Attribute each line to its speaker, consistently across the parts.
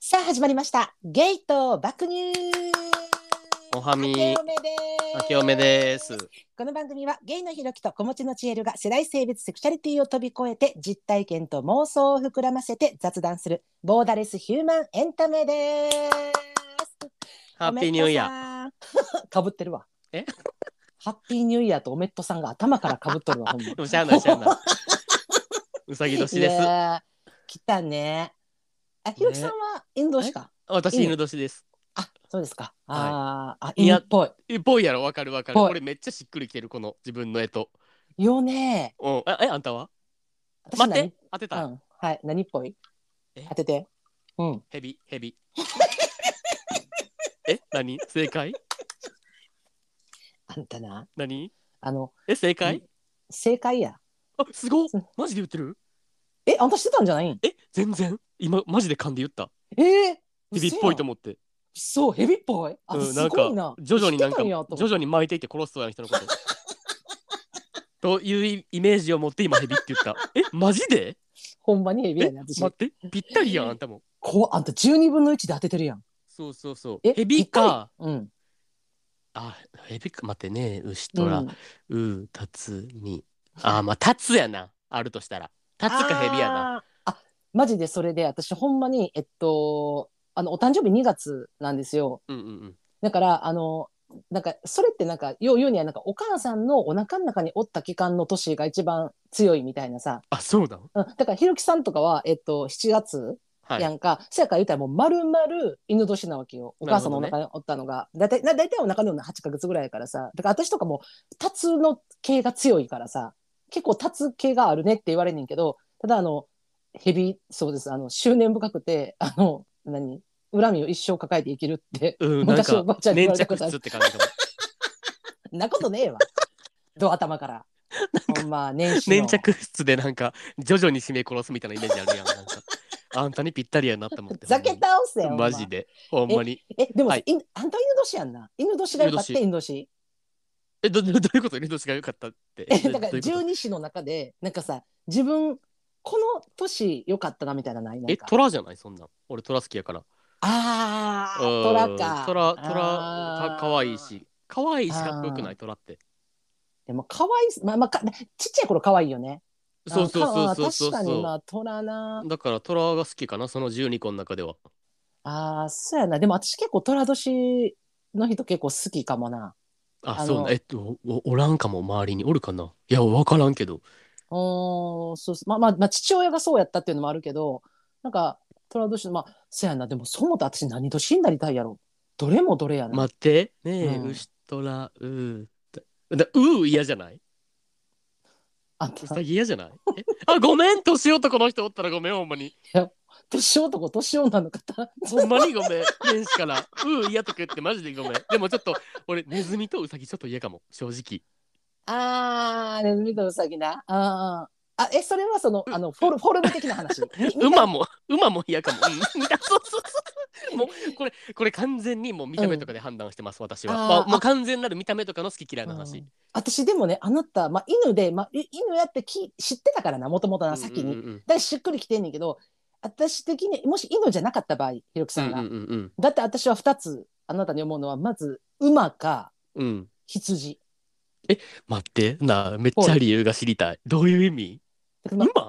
Speaker 1: 始まりました。ゲイと爆乳。
Speaker 2: おはみ
Speaker 1: 明けおめで
Speaker 2: 明
Speaker 1: す。
Speaker 2: けおめです。
Speaker 1: この番組はゲイのひろきと子持ちのちえるが世代性別セクシャリティを飛び越えて実体験と妄想を膨らませて雑談するボーダレスヒューマンエンタメです。
Speaker 2: ハッピーニューイヤー。
Speaker 1: ー。かぶってるわ。
Speaker 2: え
Speaker 1: ハッピーニューイヤーとおめっとさんが頭からかぶっとるわ、ほん ま
Speaker 2: で。もしゃあないしゃ あない。うさぎ年で
Speaker 1: い。
Speaker 2: す
Speaker 1: やー来たね。あ、ひろきさんはインドしか、
Speaker 2: 私犬年です。
Speaker 1: あ、そうですか。
Speaker 2: はい
Speaker 1: あー、あ、
Speaker 2: い
Speaker 1: 犬
Speaker 2: や
Speaker 1: っぽい。
Speaker 2: えぽいやろわかるわかる。
Speaker 1: ぽい
Speaker 2: これめっちゃしっくりきてるこの自分の絵と。
Speaker 1: よね
Speaker 2: うん。あえあんたは？
Speaker 1: ー。私
Speaker 2: 待っ
Speaker 1: 何
Speaker 2: て。当て
Speaker 1: う
Speaker 2: た。
Speaker 1: ん。はい。何っぽい
Speaker 2: え
Speaker 1: 当てて。うん。
Speaker 2: ヘビヘビ。 え何？正解？
Speaker 1: あんたな。
Speaker 2: 何？
Speaker 1: あの、
Speaker 2: え正解
Speaker 1: ん？正解や。
Speaker 2: あすごっ。マジで言ってる？
Speaker 1: え、あんたしてたんじゃないん
Speaker 2: え全然。今マジで噛んで言った。
Speaker 1: えー、
Speaker 2: ヘビっぽいと
Speaker 1: 思う。
Speaker 2: 思って。
Speaker 1: そう、ヘビっぽい。あ、
Speaker 2: うん
Speaker 1: すごいな。
Speaker 2: 徐々になん
Speaker 1: 知ってた
Speaker 2: か
Speaker 1: ん
Speaker 2: 徐
Speaker 1: やと思って
Speaker 2: 々に巻いていって殺すそうやな人のこと。 というイメージを持って今ヘビって言 った。えマジで？
Speaker 1: ほんまにヘビ
Speaker 2: え
Speaker 1: やね、私
Speaker 2: 待。ってぴったりやんあんたも
Speaker 1: こう、あんた12分の1で当ててるやん。
Speaker 2: そうそうそう
Speaker 1: え
Speaker 2: ヘビか
Speaker 1: うん。
Speaker 2: あヘビか待ってね牛
Speaker 1: う
Speaker 2: とら
Speaker 1: ん、
Speaker 2: うたつにあまあたつやなあるとしたらたつかヘビやな
Speaker 1: あー。あ、マジでそれで、私ほんまに、えっと、あの、お誕生日2月なんですよ。
Speaker 2: うんうんうん
Speaker 1: だからあのなんかそれってなんかよう言うにはなんかお母さんのお腹の中におった期間の年が一番強いみたいなさ、
Speaker 2: あそうだ
Speaker 1: うん、だからひろきさんとかは、えっと、7月
Speaker 2: はい
Speaker 1: やんか、せやから言ったらもう丸々犬年なわけよお母さんのお腹におったのが、だいたいな大体お腹の8ヶ月ぐらいやからさだから私とかもタツの系が強いからさ結構タツ系があるねって言われんねんけどただあのヘビそうですあの執念深くてあの何恨みを一生抱えて生きるって
Speaker 2: うんなん
Speaker 1: 昔お
Speaker 2: か
Speaker 1: ばあちゃんに言
Speaker 2: 粘
Speaker 1: われたこ
Speaker 2: 着
Speaker 1: とある
Speaker 2: 質って感じかも
Speaker 1: なことねえ わ。ど頭から。ほんま、年始の
Speaker 2: 粘着質でなんか徐々に締め殺すみたいなイメージあるやんなんかあんたにぴったりやなって思って
Speaker 1: ざけ倒せ
Speaker 2: ほ
Speaker 1: よ。
Speaker 2: ん
Speaker 1: ほん
Speaker 2: ま
Speaker 1: ま
Speaker 2: マジ。でほんまに
Speaker 1: え、でも、
Speaker 2: は
Speaker 1: さ
Speaker 2: い
Speaker 1: い、あんた犬年やんな。犬年がよかった、犬
Speaker 2: 犬
Speaker 1: 年。
Speaker 2: えどど どういうこと犬年が良かったって
Speaker 1: え、だから
Speaker 2: どういうこと
Speaker 1: 十二子の中で、なんかさ、自分、この年よかったなみたいなのないなん
Speaker 2: え
Speaker 1: か。
Speaker 2: 虎じゃないそんなん俺虎好きやから
Speaker 1: ああ、
Speaker 2: うん
Speaker 1: トラか。
Speaker 2: トラ、トラ、
Speaker 1: あ
Speaker 2: か
Speaker 1: ー
Speaker 2: かわいい。し。かわいいし、かっこよくない、トラって。
Speaker 1: でも、可愛い、まあ、まあ、かちっちゃい頃可愛いよね。
Speaker 2: そうそうそうそうそ
Speaker 1: あ確
Speaker 2: う
Speaker 1: かに、ま
Speaker 2: そ
Speaker 1: あ、トラな
Speaker 2: う。。だから、トラが好きかな、その12個の中では。
Speaker 1: ああ、そうやな。でも、私結構トラ年の人結構好きかもな。あの
Speaker 2: あ、そうな、えっと、おおらんかも、周りにおるかな。いや、わからんけど。
Speaker 1: おーそうそうまあまあ、まあ、父親がそうやったっていうのもあるけどなんか寅年のまあそやなでもそう思ったら私何年になりたいやろどれもどれやな、
Speaker 2: 待って、ねえ、
Speaker 1: うん
Speaker 2: 牛、トラ、うー。だ、うー嫌じゃない
Speaker 1: あん
Speaker 2: う
Speaker 1: た
Speaker 2: さぎ嫌じゃないえあ、ごめん、年男の人おったらごめん、ほんまに。
Speaker 1: 年男年女の方
Speaker 2: ほんまにごめん、年始から。うー嫌とか言って、マジでごめん。でもちょっと、俺、ネズミとうさぎちょっと嫌かも、正直。
Speaker 1: あーネズミとウサギなあーあえそれはそのあのフォルフォルム的な 話
Speaker 2: 馬も馬も嫌かも。うん見たそうそうそう。もうこれこれ完全にもう見た目とかで判断してます、私は。
Speaker 1: あー
Speaker 2: ま
Speaker 1: あ
Speaker 2: あもう完全なる見た目とかの好き嫌いの
Speaker 1: う
Speaker 2: 話。
Speaker 1: ん私でもねあなた、まあ、犬で、まあ、い犬やってき知ってたからなもともと
Speaker 2: うん
Speaker 1: な先に、
Speaker 2: うんうん
Speaker 1: だからしっくりきてんねんけど私的にもし犬じゃなかった場合ひろき
Speaker 2: う
Speaker 1: さん
Speaker 2: ん
Speaker 1: が、
Speaker 2: うんうん
Speaker 1: だって私は2つあなたに思うのはまず馬か
Speaker 2: うんうん。
Speaker 1: 羊
Speaker 2: 待ってなあめっちゃ理由が知りたい。どういう意味
Speaker 1: だからまあ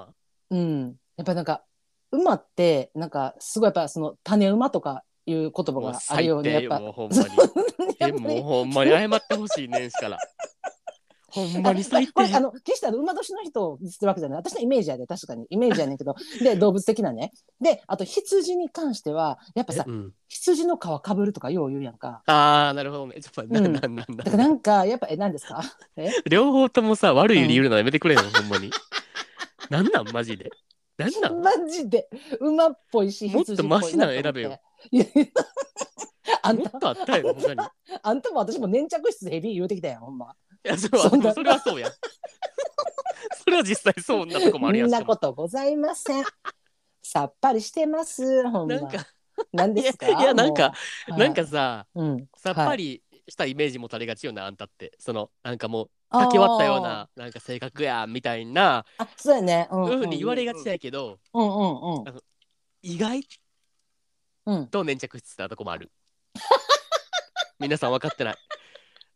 Speaker 2: 馬
Speaker 1: うん、やっぱなんか馬ってなんかすごいやっぱその種馬とかいう言葉
Speaker 2: もう
Speaker 1: があるようにやっ
Speaker 2: 最低
Speaker 1: ぱ
Speaker 2: もうほんまに。
Speaker 1: や
Speaker 2: え
Speaker 1: っぱ
Speaker 2: もう
Speaker 1: り
Speaker 2: ほんまに謝ってほしい年始から。ほんまに最低
Speaker 1: こ。れあの決してあの馬年の人を言ってるわけじゃない私のイメージやで確かにイメージやねんけどで動物的なねであと羊に関してはやっぱさ
Speaker 2: うん、
Speaker 1: 羊の皮かぶるとかよう言うやんか
Speaker 2: ああなるほどね。ちょっとな、
Speaker 1: うん
Speaker 2: ん、なんなん
Speaker 1: だからな
Speaker 2: なん
Speaker 1: かやっぱえ何ですか
Speaker 2: 両方ともさ悪い理由なのやめてくれよ、ほんまに。なんなんマジで。なんなん
Speaker 1: マジで馬っぽいし
Speaker 2: もっと
Speaker 1: 羊っぽい
Speaker 2: マシなの選べよ
Speaker 1: いやいやあん
Speaker 2: も
Speaker 1: た
Speaker 2: っとあったよ、他に。い
Speaker 1: あんたも私も粘着質ヘビー言うてきたやんほんま
Speaker 2: や、それは、
Speaker 1: そ
Speaker 2: そ
Speaker 1: んな
Speaker 2: れはそうやん。それは実際そんなとこもある
Speaker 1: み
Speaker 2: や
Speaker 1: ん
Speaker 2: し
Speaker 1: な
Speaker 2: か
Speaker 1: こ
Speaker 2: も
Speaker 1: とございません。さっぱりしてます。ほんま。
Speaker 2: なんか、
Speaker 1: なんですか。
Speaker 2: いやいやなんか
Speaker 1: もう、
Speaker 2: なんかさ、
Speaker 1: はい、うん、
Speaker 2: さっぱ
Speaker 1: り。
Speaker 2: りしたイメージ持たれがちよな、あんたって。その、なんかもう、竹割ったような、なんか性格や、みたいな、
Speaker 1: あー。あ、そうやね。うん、、
Speaker 2: そうういうんふうに言われがちやけど、
Speaker 1: うんうんうん。
Speaker 2: 意外
Speaker 1: うん。
Speaker 2: と粘着質なとこもあ る皆さん分かってない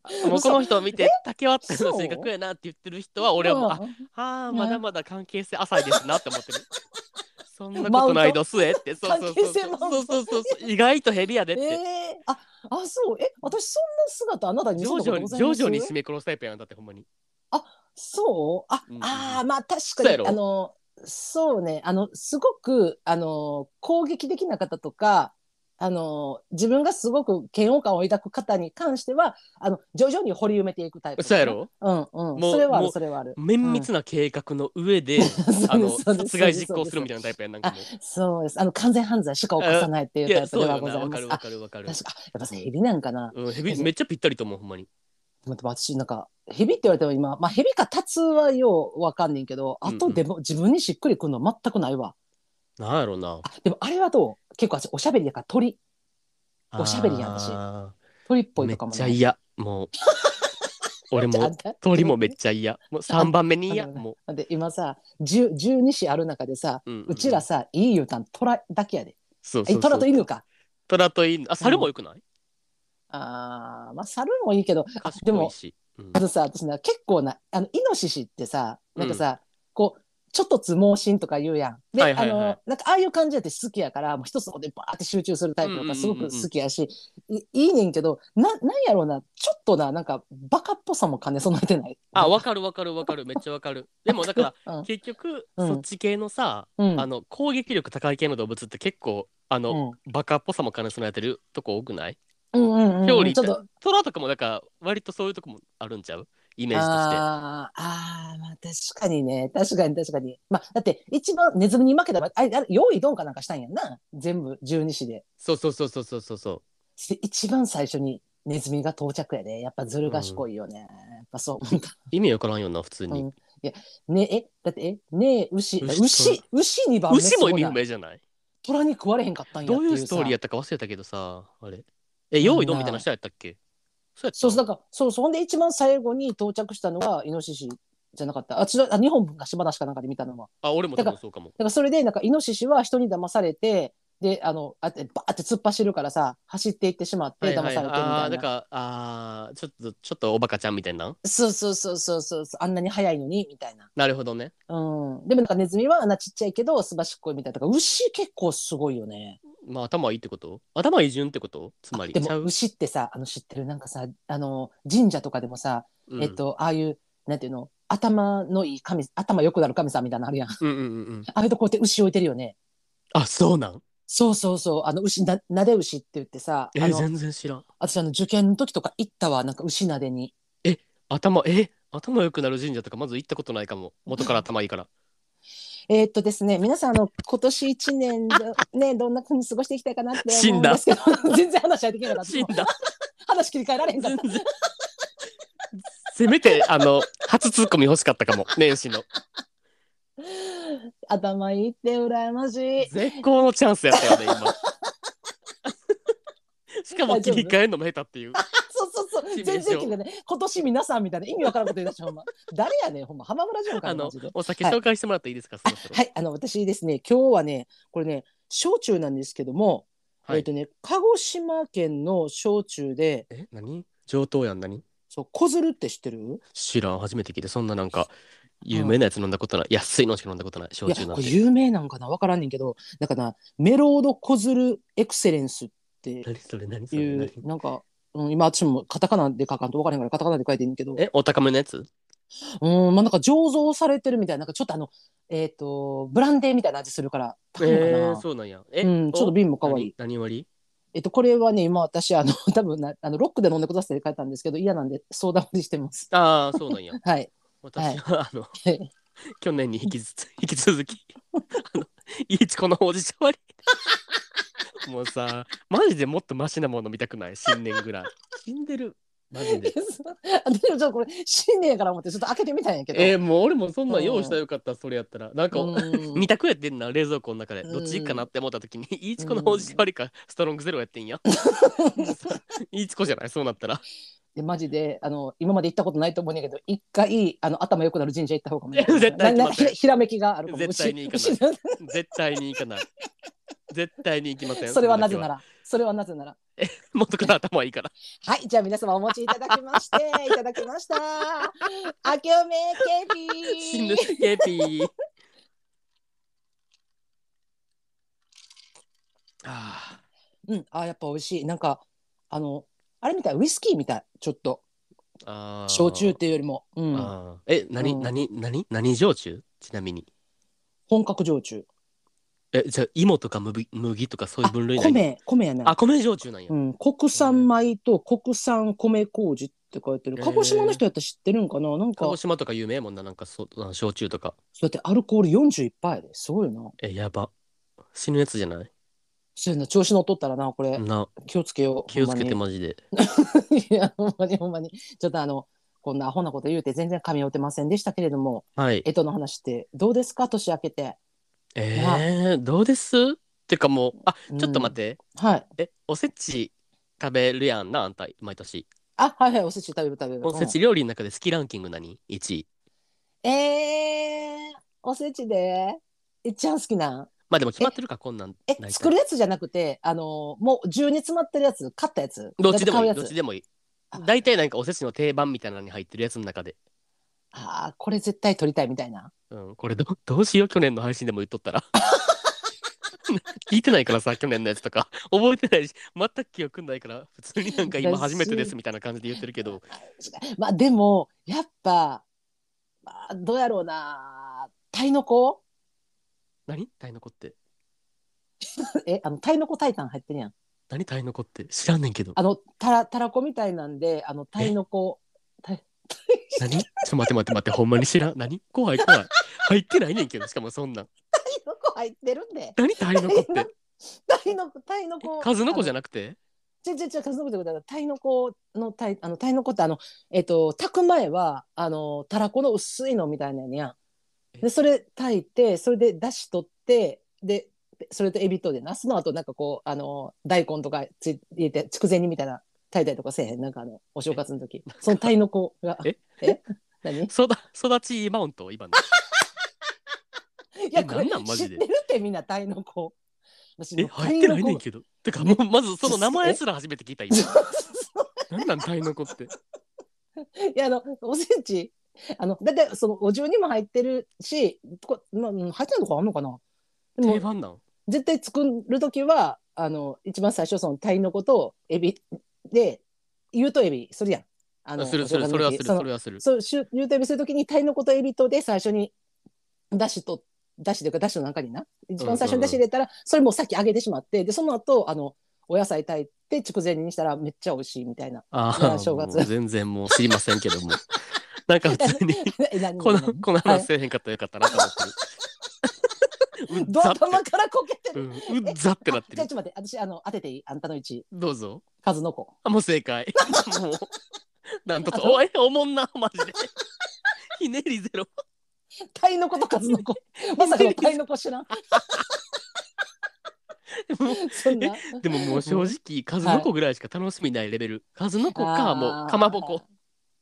Speaker 2: あもうこの人を見て竹はっての性格やなって言ってる人は俺はもうあ
Speaker 1: うん
Speaker 2: あー
Speaker 1: ね
Speaker 2: まだまだ関係性浅いですなって思っ てるそんなことないどすえってそうそうそうそ
Speaker 1: 関係性マウント
Speaker 2: うそうそうそう意外と減りやでっ
Speaker 1: え
Speaker 2: て、
Speaker 1: えあ、あ、そう、え、私そんな姿あなたに見せたこ
Speaker 2: 徐
Speaker 1: とご
Speaker 2: 々に
Speaker 1: ざいま
Speaker 2: 徐
Speaker 1: す
Speaker 2: 々に締め殺すタイプやんだってほんまに
Speaker 1: そうあ、
Speaker 2: うんうん
Speaker 1: あーまあ確
Speaker 2: そう
Speaker 1: かに
Speaker 2: やろ
Speaker 1: あのそうねあのすごくあの攻撃的な方とかあの自分がすごく嫌悪感を抱く方に関してはあの徐々に掘り埋めていくタイプ
Speaker 2: そうやろ
Speaker 1: うんうん
Speaker 2: もう
Speaker 1: それはあ
Speaker 2: も
Speaker 1: る
Speaker 2: う
Speaker 1: それはある
Speaker 2: 綿密な計画の上 で、
Speaker 1: そう
Speaker 2: あの
Speaker 1: ですそうです
Speaker 2: 殺害実行するみ
Speaker 1: たい
Speaker 2: たいなタイプやんなんかもう
Speaker 1: なそうですあの完全犯罪しか起こさないっていう
Speaker 2: い
Speaker 1: タ
Speaker 2: や
Speaker 1: イプ
Speaker 2: そ
Speaker 1: で
Speaker 2: うだ
Speaker 1: は
Speaker 2: よ
Speaker 1: ご
Speaker 2: な
Speaker 1: ざい
Speaker 2: わ
Speaker 1: ま
Speaker 2: か
Speaker 1: す
Speaker 2: るわ
Speaker 1: あ
Speaker 2: かるわかる
Speaker 1: 確かあやっぱさヘビなんかな
Speaker 2: うん、ヘビめっちゃぴったりと思うほんまに
Speaker 1: 待って私なんかヘビって言われても今まあヘビかタツはようわかんねんけどあ
Speaker 2: うんう
Speaker 1: と
Speaker 2: ん
Speaker 1: でも自分にしっくりくるの全くないわ
Speaker 2: なんやろうな
Speaker 1: あでもあれはどう結構私おしゃべりやから鳥おしゃべりやん私
Speaker 2: あ
Speaker 1: 鳥っ
Speaker 2: ー
Speaker 1: ぽい
Speaker 2: め
Speaker 1: と
Speaker 2: っ
Speaker 1: かも
Speaker 2: ちゃ
Speaker 1: ない
Speaker 2: 嫌 もう俺
Speaker 1: あ
Speaker 2: も
Speaker 1: んた
Speaker 2: 鳥もめっちゃ嫌もう3番目に嫌
Speaker 1: あ
Speaker 2: もう、
Speaker 1: で今さ10 12子ある中でさ
Speaker 2: うんん
Speaker 1: うちらさいい言うたん虎だけやで
Speaker 2: そうそう
Speaker 1: え
Speaker 2: そう
Speaker 1: 虎と犬か
Speaker 2: 虎と犬あ猿もよくない、
Speaker 1: あーまあ猿もいいけどあで
Speaker 2: 賢い
Speaker 1: も
Speaker 2: しうん
Speaker 1: あとさ私な結構なあのイノシシってさなんかさ、こうちょっとつ盲信とか言うやん。で、
Speaker 2: はいはいはい
Speaker 1: あの、なんかああいう感じやって好きやから、もう一つのことでバーって集中するタイプとかすごく好きやし、いいいねんけど、な、なんやろうな、ちょっとな、なんかバカっぽさも兼ね備えてない。
Speaker 2: あわかるわかるわかるめっちゃわかるでもだから
Speaker 1: うん
Speaker 2: 結局、
Speaker 1: うん
Speaker 2: そっち系のさ、
Speaker 1: うん
Speaker 2: あの攻撃力高い系の動物って結構あの、
Speaker 1: うん
Speaker 2: バカっぽさも兼ね備えてるとこ多くない
Speaker 1: うんうんうん、
Speaker 2: 表裏一
Speaker 1: ちょ
Speaker 2: 体
Speaker 1: っと
Speaker 2: 虎とかもだから割とそういうとこもあるんちゃうイメージとして
Speaker 1: あーあーまあ確かにね確かに確かにまあだって一番ネズミに負けたらああれ用意ドンかなんかしたんやんな全部十二子で
Speaker 2: そうそうそうそうそうそうそう
Speaker 1: し一番最初にネズミが到着やでやっぱずる賢いよね、やっぱそう思っ
Speaker 2: 意味わからんよな普通
Speaker 1: た、う
Speaker 2: に、
Speaker 1: ん、いやねえだってえねえ牛
Speaker 2: 牛
Speaker 1: 牛牛に番目
Speaker 2: 牛も意味
Speaker 1: そう
Speaker 2: 不
Speaker 1: な
Speaker 2: 明じゃない
Speaker 1: 虎に食われへんかったんやって
Speaker 2: ど
Speaker 1: いうう
Speaker 2: いうストーリーや
Speaker 1: や
Speaker 2: ったか忘れたけどさあれえ用意ドンみたいな人やったっけそうやった
Speaker 1: そうそうだからそうそうほんで一番最後に到着したのがイノシシじゃなかったあ違うあ日本昔話かなんかで見たのは
Speaker 2: あ俺も多
Speaker 1: だか
Speaker 2: 分
Speaker 1: ら
Speaker 2: そうかも
Speaker 1: だからそれでなんかイノシシは人に騙されてであのあってバーって突っ走るからさ走っていってしまって騙されてみたいな、
Speaker 2: あーだからあーちょっとちょっとおバカちゃんみたいな
Speaker 1: そうそうそうそうそうあんなに速いのにみたいな、
Speaker 2: なるほどね
Speaker 1: うん、でもなんかネズミはあんなちっちゃいけどすばしっこいみたいなだから牛結構すごいよね
Speaker 2: まあ頭いいってこと頭いい順ってことつまり
Speaker 1: で
Speaker 2: ちゃ
Speaker 1: も
Speaker 2: う
Speaker 1: 牛ってさあの知ってるなんかさあの神社とかでもさ、
Speaker 2: うん
Speaker 1: えっとああいうなんていうの頭のいい神頭良くなる神様みたいなのある やんあ
Speaker 2: うんうんうんうん
Speaker 1: あいうとこうやって牛置いてるよね
Speaker 2: あそうなん
Speaker 1: そうそうそうあの牛ななで牛って言ってさ
Speaker 2: え
Speaker 1: あの
Speaker 2: 全然知らん
Speaker 1: 私あの受験の時とか行ったわなんか牛なでに
Speaker 2: 頭え頭良くなる神社とかまず行ったことないかも元から頭いい から
Speaker 1: えーっとですね皆さんあの今年一年 どねどんな風に過ごしていきたいかなって
Speaker 2: 死
Speaker 1: 思うんん
Speaker 2: だ
Speaker 1: ですけど全然話はできなかっ
Speaker 2: 死ん
Speaker 1: た
Speaker 2: だ
Speaker 1: 話切り替えられへんかっ
Speaker 2: 全
Speaker 1: た
Speaker 2: 然せめてあの初ツッコミ欲しかったかも年始の
Speaker 1: 頭いいって羨まし い
Speaker 2: 絶好のチャンスやったよね 今しかも切り替えるのも下手っていう
Speaker 1: あそうそうそう
Speaker 2: 致命
Speaker 1: 全
Speaker 2: 傷
Speaker 1: 然聞いてね今年皆さんみたいな意味わからんこと言い出したほんま 誰やねんほんま浜村城か
Speaker 2: あ
Speaker 1: なマ
Speaker 2: の
Speaker 1: ジで
Speaker 2: お酒紹介してもらっていいですか、
Speaker 1: あ
Speaker 2: そろそろ
Speaker 1: はいあの私ですね今日はねこれね焼酎なんですけども、
Speaker 2: はい
Speaker 1: えーっとね鹿児島県の焼酎で
Speaker 2: え何上等やん何
Speaker 1: そう小鶴って知ってる
Speaker 2: 知らん初めて聞いてそんななんか有名なやつ飲んだことない、安いのしか飲んだことない
Speaker 1: い
Speaker 2: 焼
Speaker 1: や
Speaker 2: 酎なん
Speaker 1: こ
Speaker 2: て
Speaker 1: れ有名なんかな分からんねんけどだからなメロード・コズル・エクセレンスってい
Speaker 2: 何それ何それ
Speaker 1: う
Speaker 2: 何
Speaker 1: なんか、うん、今私もカタカナで書かんと分からへんからカタカナで書いてんねんけど
Speaker 2: えお高めのやつ
Speaker 1: うんまあなんか醸造されてるみたいななんかちょっとあのえっ、とブランデーみたいな味するから高いのかな、
Speaker 2: えー、そうなんやえ、
Speaker 1: うん、ちょっと瓶も可愛い
Speaker 2: 何何割
Speaker 1: えっとこれはね今私あの 多分なあのロックで飲んでくださいって書いたんですけど嫌なんで相談してます
Speaker 2: ああそう なんや
Speaker 1: はい
Speaker 2: 私は、あの
Speaker 1: はい
Speaker 2: 去年に引きず 引き続きあのいいちこのほうじ茶割 りもうさマジでもっとマシなもの見たくない新年ぐらい死んでるマジで
Speaker 1: あでもちょっとこれ新年やから思ってちょっと開けてみたんやけど、
Speaker 2: えー、もう俺もそんなん用意したらよかった、それやったらなんか、
Speaker 1: うん
Speaker 2: 二択やってんな冷蔵庫の中で
Speaker 1: うん
Speaker 2: どっちかなって思った時に、いいちこのほうじ茶割りかストロングゼロやって んやもうさいいちこじゃないそうなったら
Speaker 1: でマジであの今まで行ったことないと思うんやけど一回あの頭良くなる神社行った方がもう
Speaker 2: 絶対行き
Speaker 1: な
Speaker 2: ま
Speaker 1: な
Speaker 2: せ
Speaker 1: ひ
Speaker 2: ん
Speaker 1: らひらめきがあるかも
Speaker 2: 絶対に行かな
Speaker 1: 牛
Speaker 2: い
Speaker 1: 牛
Speaker 2: 絶対に行かない絶対に行きませ ん。
Speaker 1: それはなぜな
Speaker 2: ら。
Speaker 1: ら、それはなぜなら。
Speaker 2: 元から頭はいいから。
Speaker 1: はい、じゃあ皆様お持ちいただきま して、いただきました。明けおめケ
Speaker 2: 死
Speaker 1: ー
Speaker 2: ぬ
Speaker 1: ピー。
Speaker 2: ケピー。ああ、
Speaker 1: うん、あー、やっぱ美味しい。なんか、あの、あれみたい、ウイスキーみたい、ちょっと、
Speaker 2: あー
Speaker 1: 焼酎っていうよりも、うん、
Speaker 2: あーえ、何、
Speaker 1: うん
Speaker 2: 何、何、何焼酎ちなみに。
Speaker 1: 本格焼酎。
Speaker 2: え、じゃあ、芋とか麦麦とかそういう
Speaker 1: あ
Speaker 2: 分類ないの
Speaker 1: 米、米やな
Speaker 2: あ、。米焼酎なんや。
Speaker 1: うん、国産米と国産米麹って書いてる。鹿児島の人やったら知ってるんかななん
Speaker 2: 鹿
Speaker 1: か
Speaker 2: 児、島とか有名やもんな、なんかそうあの焼酎とか。
Speaker 1: そうやってアルコール41杯で、すごいよな。
Speaker 2: え、やば。死ぬやつじゃない
Speaker 1: そうやな、調子乗っとったらな、これ、
Speaker 2: な、
Speaker 1: 気をつけよう。
Speaker 2: 気をつけ
Speaker 1: ほ
Speaker 2: て
Speaker 1: んま
Speaker 2: マジで。
Speaker 1: に。いや、ほんまにほんまに。ちょっとあの、こんなアホなこと言うて全然噛み合ってませんでしたけれども、
Speaker 2: はい。
Speaker 1: えとの話ってどうですか年明けて。
Speaker 2: えー、どうですってかもう、あ、
Speaker 1: うん
Speaker 2: ちょっと待って。
Speaker 1: はい。
Speaker 2: え、おせち食べるやんな、あんた、毎年。
Speaker 1: あ、はいはい、おせち食べる食べる。
Speaker 2: おせち料理の中で好きランキング何 ?1 位。
Speaker 1: うん。えー、おせちで、いっちゃん好きなん
Speaker 2: まあでも決まってるか、こんなん。
Speaker 1: え
Speaker 2: 大、体
Speaker 1: 作るやつじゃなくて、あのーもう十に詰まってるやつ、買ったやつ。
Speaker 2: どっちでもい
Speaker 1: 買
Speaker 2: い、
Speaker 1: う
Speaker 2: ど
Speaker 1: やつ
Speaker 2: っちでもいい
Speaker 1: あ。
Speaker 2: 大体なんかおせちの定番みたいなのに入ってるやつの中で。
Speaker 1: ああ、これ絶対取りたいみたいな。
Speaker 2: うん、これどどうしよう去年の配信でも言っとったら 聞いてないからさ去年のやつとか覚えてないし全く記憶ないから普通になんか今初めてですみたいな感じで言ってるけど
Speaker 1: まあでも、やっぱ、まあ、どうやろうな。タイノコ
Speaker 2: 何タイノコって
Speaker 1: え、あの、タイノコタイタン入ってるやん。
Speaker 2: 何タイノコって知らんねんけど
Speaker 1: あの、たら、たらこみたいなんで、あの、タイノコ。
Speaker 2: 何ちょっと待って待って待ってほんまに知らん何怖い怖い入ってないねんけどしかもそんなん
Speaker 1: タイノコ入ってるんで。
Speaker 2: 何タイノコって
Speaker 1: タイノコ、タイノコ。
Speaker 2: 数の子じゃ
Speaker 1: な
Speaker 2: なくて
Speaker 1: 違う違う違う、数の子じゃなくて、タイノコのタイ、あの、タイノコって、あの、えっ、と、炊く前は、あの、たらこの薄いのみたいなやんやん。で、それ炊いて、それで出汁取って、で、それとエビとでな、その後なんかこう、あの、大根とかつい入れて、筑前煮みたいな、炊いたりとかせえへん、なんかあの、お正月の時。そのタイノコが。
Speaker 2: え
Speaker 1: え何い
Speaker 2: 育育ちいいマウント今の
Speaker 1: や、これ、
Speaker 2: なんなんマ
Speaker 1: 知っ
Speaker 2: ジ
Speaker 1: て
Speaker 2: で
Speaker 1: るってみんな、タイノコ。私
Speaker 2: え入ってないねんけどてかもうまずその名前すら初めて聞いた今
Speaker 1: タイノコ
Speaker 2: 何なんタイノコって
Speaker 1: いや、あの、おせち、あの、だって、その、お重にも入ってるし、こまあ、うん入ってないとこあんのかなで
Speaker 2: 定
Speaker 1: も、
Speaker 2: 番なん
Speaker 1: 絶対作るときは、あの、一番最初、その、タイのことエビで、言うとエビするやん。あの、
Speaker 2: するする
Speaker 1: お
Speaker 2: そ
Speaker 1: 正
Speaker 2: れは
Speaker 1: 月
Speaker 2: す
Speaker 1: の時そ
Speaker 2: るそ
Speaker 1: の
Speaker 2: れはする
Speaker 1: そう、しゅ言うとエビするときに、タイのことエビとで、最初に、だしと、だしというか、だしの中にな。一番最初にだし入れたら、それもうさっき揚げてしまって、で、その後、あの、お野菜炊いて、筑前煮にしたら、めっちゃ美味しいみたいな。
Speaker 2: あ
Speaker 1: い
Speaker 2: あ
Speaker 1: や正月
Speaker 2: もう全然もう知りませんけどもなんか普通に
Speaker 1: え何
Speaker 2: この
Speaker 1: 何
Speaker 2: この話せえへんかったらよかったなと思ってるうっ
Speaker 1: ド
Speaker 2: ざ
Speaker 1: ア
Speaker 2: って
Speaker 1: 頭からこけて
Speaker 2: う
Speaker 1: る。
Speaker 2: んうっざってなって
Speaker 1: じゃあちょ
Speaker 2: る
Speaker 1: っと待って、私あの当てていいあんたの1、
Speaker 2: どうぞ
Speaker 1: 数の子。
Speaker 2: あもう正解もうなんとおいおもんなマジでひねりゼロ
Speaker 1: タイの子と数の子。まさかのタイの子知らん。
Speaker 2: もう
Speaker 1: そんな。
Speaker 2: でももう正直数の子ぐらいしか楽しみないレベル数の子
Speaker 1: あ
Speaker 2: か
Speaker 1: ー
Speaker 2: もうかまぼこ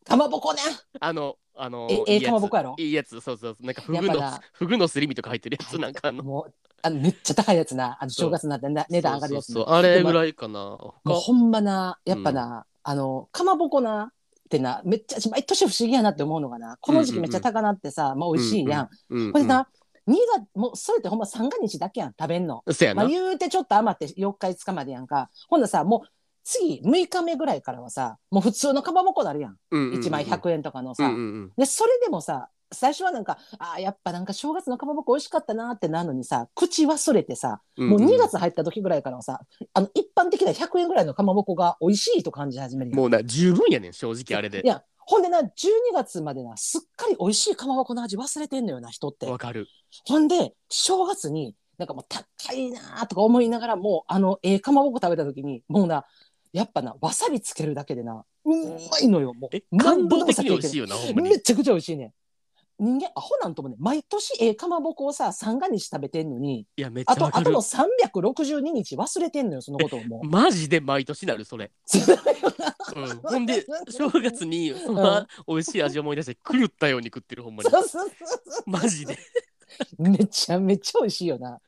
Speaker 1: かまぼこね。
Speaker 2: あのあの
Speaker 1: ええ
Speaker 2: いいつ
Speaker 1: かまぼこやろ
Speaker 2: いいやつそうそうそうなんかフグ
Speaker 1: やっぱ
Speaker 2: の
Speaker 1: な
Speaker 2: フグのすり身とか入ってるやつなんかあの
Speaker 1: もうあのめっちゃ高いやつな。あの
Speaker 2: そう
Speaker 1: 正月になってな 値段上がるやつな。
Speaker 2: そうそうそうあれぐらいかな
Speaker 1: もう
Speaker 2: 他
Speaker 1: ほんまな、やっぱな、あのかまぼこな。ってなめっちゃ毎年不思議やなって思うのがなこの時期めっちゃ高なってさ、まあ美味しいやん。
Speaker 2: うん
Speaker 1: これな、新潟もうそれってほんま三が日だけやん食べんの。
Speaker 2: うんせや
Speaker 1: ま
Speaker 2: な、
Speaker 1: あ、言うてちょっと余って4日5日までやんかほんなさもう次6日目ぐらいからはさもう普通のかまぼこなるやん1枚100円とかのさ、
Speaker 2: うんうんうん
Speaker 1: でそれでもさ最初はなんかあーやっぱなんか正月のかまぼこ美味しかったなってなるのにさ口忘れてさ
Speaker 2: うん
Speaker 1: もう
Speaker 2: うん
Speaker 1: 2月入った時ぐらいからはさあの一般的な100円ぐらいのかまぼこが美味しいと感じ始めるやん
Speaker 2: もうな十分やねん正直あれで
Speaker 1: いやほんでな12月までなすっかり美味しいかまぼこの味忘れてんのよな人って
Speaker 2: わかる
Speaker 1: ほんで、正月に、なんかもう高いなーとか思いながらも、あの、ええかまぼこ食べた時に、もうな、やっぱな、わさびつけるだけでな、うまいのよ、もう。
Speaker 2: え
Speaker 1: なん
Speaker 2: 感
Speaker 1: ぼでも
Speaker 2: 動的
Speaker 1: 先
Speaker 2: に美
Speaker 1: 行け
Speaker 2: 味
Speaker 1: る
Speaker 2: しいよなほんま
Speaker 1: め
Speaker 2: に
Speaker 1: ちゃくちゃ美味しいねん。人間、アホなんともね、毎年ええかまぼこをさ、三が日食べてんのに、
Speaker 2: いやめっち
Speaker 1: あ
Speaker 2: ゃわ
Speaker 1: と、あ
Speaker 2: か
Speaker 1: と
Speaker 2: る
Speaker 1: の362日忘れてんのよ、そのことをもう。
Speaker 2: マジで毎年なるそれ、うん、ほんで正月にその、
Speaker 1: うん
Speaker 2: 美味しい味思い出して狂ったように食ってるほんまに
Speaker 1: そうそうそうそう
Speaker 2: マジで
Speaker 1: めちゃめちゃ美味しいよな。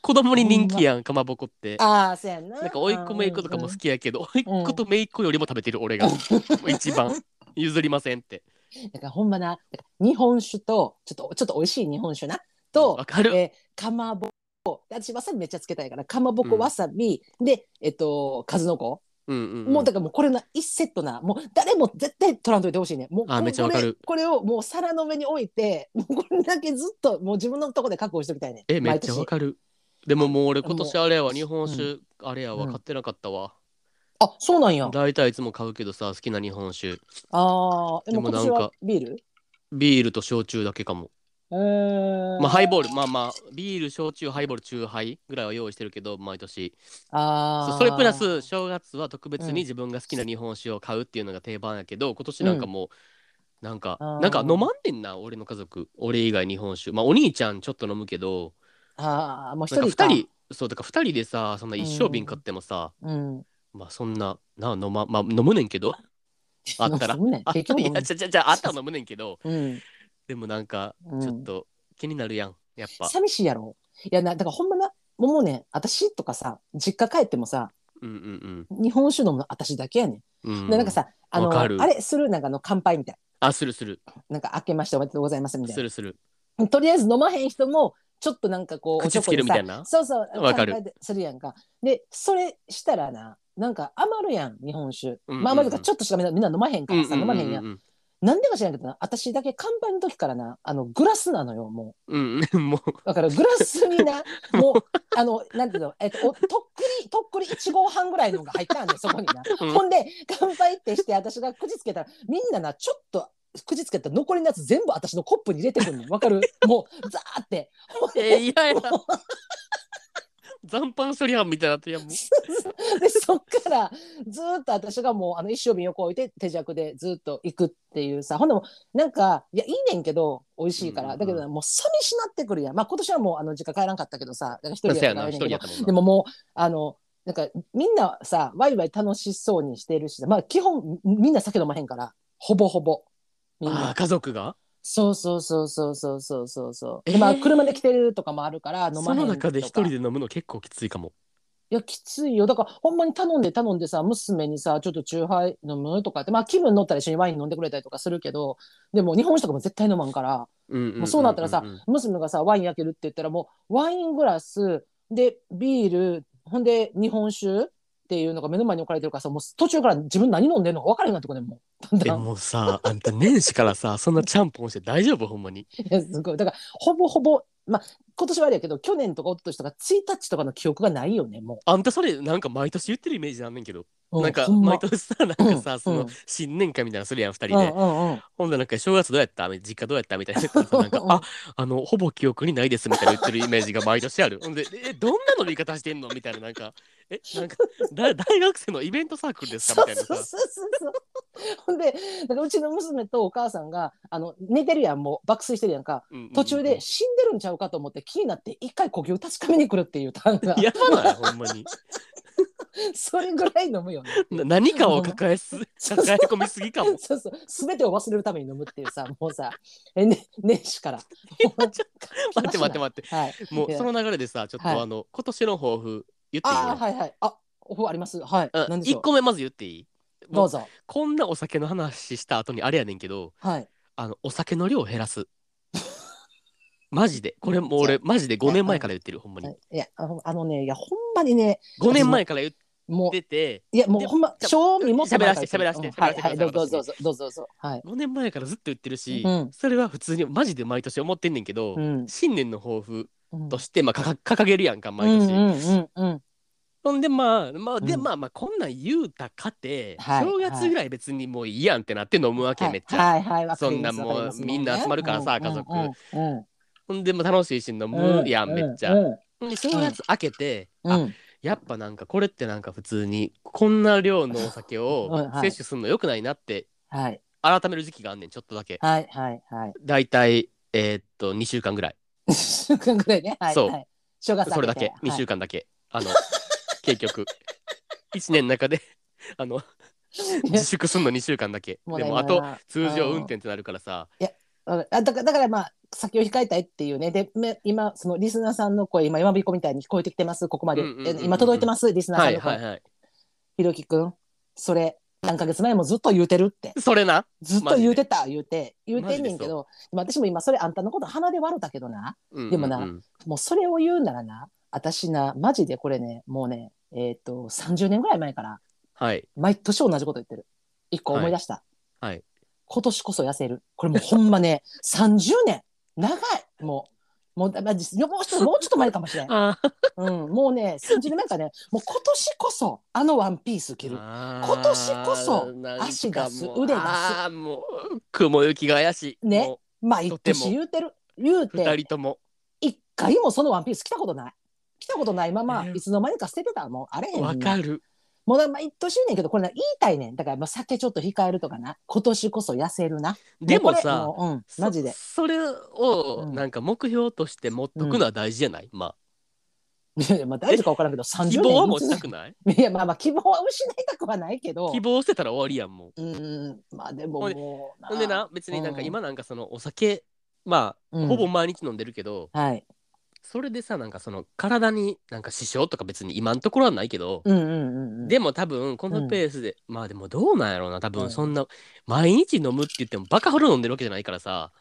Speaker 2: 子供に人気やん、かまぼこって。
Speaker 1: ああ、そうやんな。
Speaker 2: なんか、おいっ子めいっ子とかも
Speaker 1: うん
Speaker 2: 好きやけど、おいっ子とめいっ子よりも食べてる俺が、もう一番譲りませんって。
Speaker 1: うんだから、ほんまな、だから日本酒と、ちょっと、ちょっと美味しい日本酒な。と
Speaker 2: わ、かる。
Speaker 1: えーかまぼこ。私、わさびめっちゃつけたいから、かまぼこ、
Speaker 2: うん
Speaker 1: わさび、で、えっと、数の子。
Speaker 2: うんうんうん。
Speaker 1: もうだからもうこれの一セットな、もう誰も絶対取らんといてほしいね。もう
Speaker 2: あー
Speaker 1: こ
Speaker 2: めっちゃわかる
Speaker 1: これこれをもう皿の上に置いて、もうこれだけずっともう自分のとこで確保しときたいね。
Speaker 2: え、めっちゃわ
Speaker 1: 毎年
Speaker 2: かる。でももう俺今年あれやわ、日本
Speaker 1: う
Speaker 2: 酒あれやわ、
Speaker 1: うん
Speaker 2: 買ってなかったわ。
Speaker 1: あ、そうなんや。あ
Speaker 2: 大体いつも買うけどさ、好きな日本酒。
Speaker 1: あー、で
Speaker 2: で
Speaker 1: も
Speaker 2: も
Speaker 1: 今
Speaker 2: なんか
Speaker 1: 年はビール
Speaker 2: ビールと焼酎だけかも。
Speaker 1: えー、
Speaker 2: まあハイボール、まあまあ、ビール、焼酎、ハイボール、中ハイぐらいは用意してるけど、毎年。
Speaker 1: あ
Speaker 2: そ
Speaker 1: ー
Speaker 2: うそれプラス、正月は特別
Speaker 1: うん
Speaker 2: に自分が好きな日本酒を買うっていうのが定番やけど、今年なんかもう、なんか、
Speaker 1: あー
Speaker 2: なんか飲まんねんな、俺の家族。俺以外日本酒。まあお兄ちゃんちょっと飲むけど、
Speaker 1: ああ、もう一
Speaker 2: なんか
Speaker 1: 人か
Speaker 2: 二人、そう、だから二人でさ、そんな一升瓶買ってもさ、
Speaker 1: うん。
Speaker 2: まあそんな、な飲ま、まあ飲むねん けど、あったら
Speaker 1: 飲むね
Speaker 2: あっ
Speaker 1: 結
Speaker 2: た
Speaker 1: 局
Speaker 2: ら、い
Speaker 1: 飲む
Speaker 2: や、じゃじゃじゃあったら飲むねんけど、
Speaker 1: うん。
Speaker 2: でもなんか、
Speaker 1: うん
Speaker 2: ちょっと気になるやん、やっぱ。
Speaker 1: 寂しいやろ。いやな、だからほんまな、もうね、私とかさ、実家帰ってもさ、
Speaker 2: うんうん
Speaker 1: 日本酒飲むの私だけやね。
Speaker 2: うん。うん
Speaker 1: で、なんか、さ、あの、
Speaker 2: わかる
Speaker 1: あれするなんかあの乾杯みたい
Speaker 2: あ、するする、
Speaker 1: な。なんか明けましておめでとうございますみたい
Speaker 2: す
Speaker 1: な。
Speaker 2: るする。
Speaker 1: とりあえず飲まへん人もちょっとなんかこう
Speaker 2: 口つけるみたいな
Speaker 1: おちょこでさそうそう
Speaker 2: わかる
Speaker 1: 乾杯でするやんかでそれしたらななんか余るやん日本酒、
Speaker 2: うんうんうん
Speaker 1: まあまあだからちょっとしかみんなみんな飲まへんからさ、飲まへんや
Speaker 2: うんん
Speaker 1: なんでか知らんけどな私だけ乾杯の時からなあのグラスなのよも
Speaker 2: うんうん、もう
Speaker 1: うだからグラスに なもうあのなんていうの、えっと、おとっくりとっくり1合半ぐらいのが入ったんで そこにな、
Speaker 2: うん
Speaker 1: ほんで乾杯ってして私が口つけたらみんななちょっと口つけた残りのやつ全部私のコップに入れてくんねんわかるもうザーってほんで
Speaker 2: えー、いやいや。残飯処理班みたいになって、いや、もう
Speaker 1: でそっからずーっと私がもうあの一生瓶横置いて手酌でずーっと行くっていうさほんでもなんかいやいいねんけど美味しいから、
Speaker 2: うん
Speaker 1: だけどなもう寂しなってくるやんまあ今年はもうあの実家帰らんかったけどさだから一人
Speaker 2: そ
Speaker 1: や
Speaker 2: うや
Speaker 1: ったか
Speaker 2: な、
Speaker 1: ら帰れ
Speaker 2: 一人
Speaker 1: んけ
Speaker 2: やっ
Speaker 1: ど
Speaker 2: たもん
Speaker 1: で
Speaker 2: な。
Speaker 1: ももうあのなんかみんなさワイワイ楽しそうにしてるしまあ基本みんな酒飲まへんからほぼほぼみん
Speaker 2: ああ
Speaker 1: な
Speaker 2: ー、家族が
Speaker 1: そうそうそうそうそうそうそうそう、
Speaker 2: えー
Speaker 1: でまあ車で来てるとかもあるから飲まへ
Speaker 2: そ
Speaker 1: ん
Speaker 2: の
Speaker 1: とか
Speaker 2: 中で一人で飲むの結構きついかも。
Speaker 1: いや、きついよ。だから、ほんまに頼んで頼んでさ、娘にさ、ちょっとチューハイ飲むとかって、まあ、気分乗ったら一緒にワイン飲んでくれたりとかするけど、でも、日本酒とかも絶対飲まんから、
Speaker 2: も
Speaker 1: もうそうなったらさ、娘がさ、ワイン開けるって言ったら、もう、ワイングラス、で、ビール、ほんで、日本酒っていうのが目の前に置かれてるからさ、もう途中から自分何飲んでんのか分からへんようになってくるねん、もう。だん
Speaker 2: え、
Speaker 1: だん。
Speaker 2: もうさ、あんた年始から さ、そんなちゃんぽんして大丈夫ほんまに。
Speaker 1: いや、すごい。だから、ほぼほぼ、まあ、今年はあれやけど、去年とか一昨年とか、1日とかの記憶がないよね、も
Speaker 2: あんたそれ、なんか毎年言ってるイメージなんねんけど。
Speaker 1: う。
Speaker 2: なんか、
Speaker 1: ほんま
Speaker 2: 毎年さ、なんか
Speaker 1: う
Speaker 2: さ、
Speaker 1: ん
Speaker 2: そうの
Speaker 1: ん、
Speaker 2: 新年会みたいなのするやん、二
Speaker 1: う
Speaker 2: 人
Speaker 1: ん
Speaker 2: で。
Speaker 1: うんうん。
Speaker 2: ほんで、なんか、正月どうやった実家どうやったみたいな。なんか
Speaker 1: う、ん
Speaker 2: あ、あの、ほぼ記憶にないですみたいな言ってるイメージが毎年ある。ほんで、え、どんな飲み方してんのみたいな、なんか、え、なんか、だ大学生のイベントサークルですか
Speaker 1: そ
Speaker 2: み
Speaker 1: う
Speaker 2: たい
Speaker 1: そ
Speaker 2: な
Speaker 1: うそう
Speaker 2: さ。
Speaker 1: そうそう。ほんで、だからうちの娘とお母さんが、あの、寝てるやん、もう爆睡してるやんか。
Speaker 2: うんうんうん
Speaker 1: 途中で。死んでるんちゃうかと思って気になって一回呼吸確かめに来るっていうターンが
Speaker 2: やばない、ほんまに。
Speaker 1: それぐらい飲むよ ね。
Speaker 2: な何かを抱えす、抱え込みすぎかも。
Speaker 1: そうそう全てを忘れるために飲むっていうさもうさえ、 ね、年始から。
Speaker 2: 待って待って待っ
Speaker 1: はい、
Speaker 2: て。もう、その流れでさ、ちょっ
Speaker 1: はい
Speaker 2: とあの、今年の抱負言っていい
Speaker 1: あー
Speaker 2: よ。
Speaker 1: はいはいあお風呂ありますはい
Speaker 2: うん
Speaker 1: 何でしょ
Speaker 2: 一
Speaker 1: う
Speaker 2: 個目まず言っていい
Speaker 1: どうぞ
Speaker 2: こんなお酒の話した後にあれやねんけど、
Speaker 1: はい
Speaker 2: あの、お酒の量を減らす。 マジで。これもう俺、マジで5年前から言ってる、ほんまに。
Speaker 1: いやあのあのねいやほんまにね
Speaker 2: 5年前から言っ
Speaker 1: もう
Speaker 2: てて、
Speaker 1: いやもうほんま
Speaker 2: じゃ
Speaker 1: 賞味持ってばっかり
Speaker 2: 喋らせて
Speaker 1: うん
Speaker 2: 喋らせて
Speaker 1: はいはい
Speaker 2: 喋らせてくだ
Speaker 1: ど
Speaker 2: さい
Speaker 1: うぞどうぞどうぞどうぞはい
Speaker 2: 5年前からずっと言ってるし、
Speaker 1: うん
Speaker 2: それは普通にマジで毎年思ってんねんけど、
Speaker 1: うん
Speaker 2: 新年の抱負
Speaker 1: うん
Speaker 2: として、まあ、かか掲げるやんか、毎年。
Speaker 1: うんうんうんうん
Speaker 2: ほんで、まあ、まあ、で、
Speaker 1: うん
Speaker 2: まあ、まあ、こんなん言うたかて、
Speaker 1: はい
Speaker 2: 正月ぐらい別にもういいやんってなって飲むわけ、めっちゃ。
Speaker 1: はいはいはいわかります
Speaker 2: そんなもう
Speaker 1: わかります
Speaker 2: みんな集まるからさ
Speaker 1: うんうん
Speaker 2: 家
Speaker 1: うんうん
Speaker 2: ほんで、まあ、楽しいし飲
Speaker 1: うん
Speaker 2: むやん、めっちゃ。
Speaker 1: う
Speaker 2: ほ
Speaker 1: ん
Speaker 2: んで、正月明けて、
Speaker 1: う
Speaker 2: あ
Speaker 1: ん
Speaker 2: やっぱなんかこれってなんか普通にこんな量のお酒を
Speaker 1: うん はい
Speaker 2: 摂取するの良くないなって
Speaker 1: はい
Speaker 2: 改める時期があんねんちょっとだけ
Speaker 1: はいはいはい
Speaker 2: だいたいえーっと2週間ぐらい
Speaker 1: 一週間ぐらいねはい
Speaker 2: そう
Speaker 1: はい正月明
Speaker 2: それだ
Speaker 1: て
Speaker 2: け2
Speaker 1: はい
Speaker 2: 週間だけ、あの 結局1年の中で あの自粛すんの2週間だけ
Speaker 1: もう
Speaker 2: で
Speaker 1: ね
Speaker 2: もあ
Speaker 1: 今
Speaker 2: と
Speaker 1: な
Speaker 2: 通常運転ってなるからさ
Speaker 1: あだからだからまあ先を控えたいっていうね、で、め今、そのリスナーさんの声、今、山彦みたいに聞こえてきてます、ここまで。
Speaker 2: うんうんうんうん
Speaker 1: え今届いてます、リスナーさ
Speaker 2: は
Speaker 1: ん
Speaker 2: い
Speaker 1: の声。
Speaker 2: はいはい。
Speaker 1: ひろきくん、それ、何ヶ月前もずっと言うてるって。
Speaker 2: それな。
Speaker 1: ずっと言うてた、言うて、言うてんねん
Speaker 2: マ
Speaker 1: け
Speaker 2: ジで
Speaker 1: ど、今私も今、それあんたのこと鼻で笑うたけどな、
Speaker 2: うん
Speaker 1: でもな
Speaker 2: うんうん
Speaker 1: もうそれを言うならな、私な、マジでこれね、もうね、えっ、と、30年ぐらい前から、
Speaker 2: はい。
Speaker 1: 毎年同じこと言ってる。一個思い出した。
Speaker 2: はいはい
Speaker 1: 今年こそ痩せる。これもうほんま ね、30年長いもう、もう、まあ、実もうちょっと、もうちょっと前かもしれん。
Speaker 2: あー
Speaker 1: うん、もうね、30年前からね、もう今年こそ、あのワンピース着る。
Speaker 2: あー
Speaker 1: 今年こそ
Speaker 2: なんか
Speaker 1: 足出す
Speaker 2: もう
Speaker 1: 腕出す
Speaker 2: ああ、もう、雲行きが怪しい。
Speaker 1: ね
Speaker 2: も
Speaker 1: 毎
Speaker 2: とても
Speaker 1: 年言うてる。言う
Speaker 2: う。二
Speaker 1: て、
Speaker 2: 人とも。
Speaker 1: 一回もそのワンピース着たことない。着たことないまま、
Speaker 2: ね
Speaker 1: いつの間にか捨ててた。もう、あれへんねん
Speaker 2: わかる。
Speaker 1: もうな毎年言うねんけど、これな、言いたいねん。だから、まあ、酒ちょっと控えるとかな。今年こそ痩せるな。
Speaker 2: でも
Speaker 1: これ
Speaker 2: さ、
Speaker 1: ううん、マジで。
Speaker 2: そそれを
Speaker 1: うん
Speaker 2: なんか目標として持っとくのは大事じゃない、ま
Speaker 1: いやいやまあ、大事か分からんけど、
Speaker 2: あ
Speaker 1: 30年
Speaker 2: 希望は持ちたくない
Speaker 1: いや、まあまあ、希望は失いたくはないけ ど
Speaker 2: 希。望してたら終わりやんもう
Speaker 1: うん、まあでも
Speaker 2: ほんで
Speaker 1: もう。
Speaker 2: ほんでな別になんか今なんかそのお酒ま
Speaker 1: う
Speaker 2: あ
Speaker 1: ん、
Speaker 2: ほぼ毎日飲んでるけど、
Speaker 1: はい。
Speaker 2: それでさなんかその体になんか支障とか別に今のところはないけど、
Speaker 1: うんうんうんうん。
Speaker 2: でも多分このペースで、まあでもどうなんやろうな多分そんな毎日飲むって言ってもバカほど飲んでるわけじゃないからさ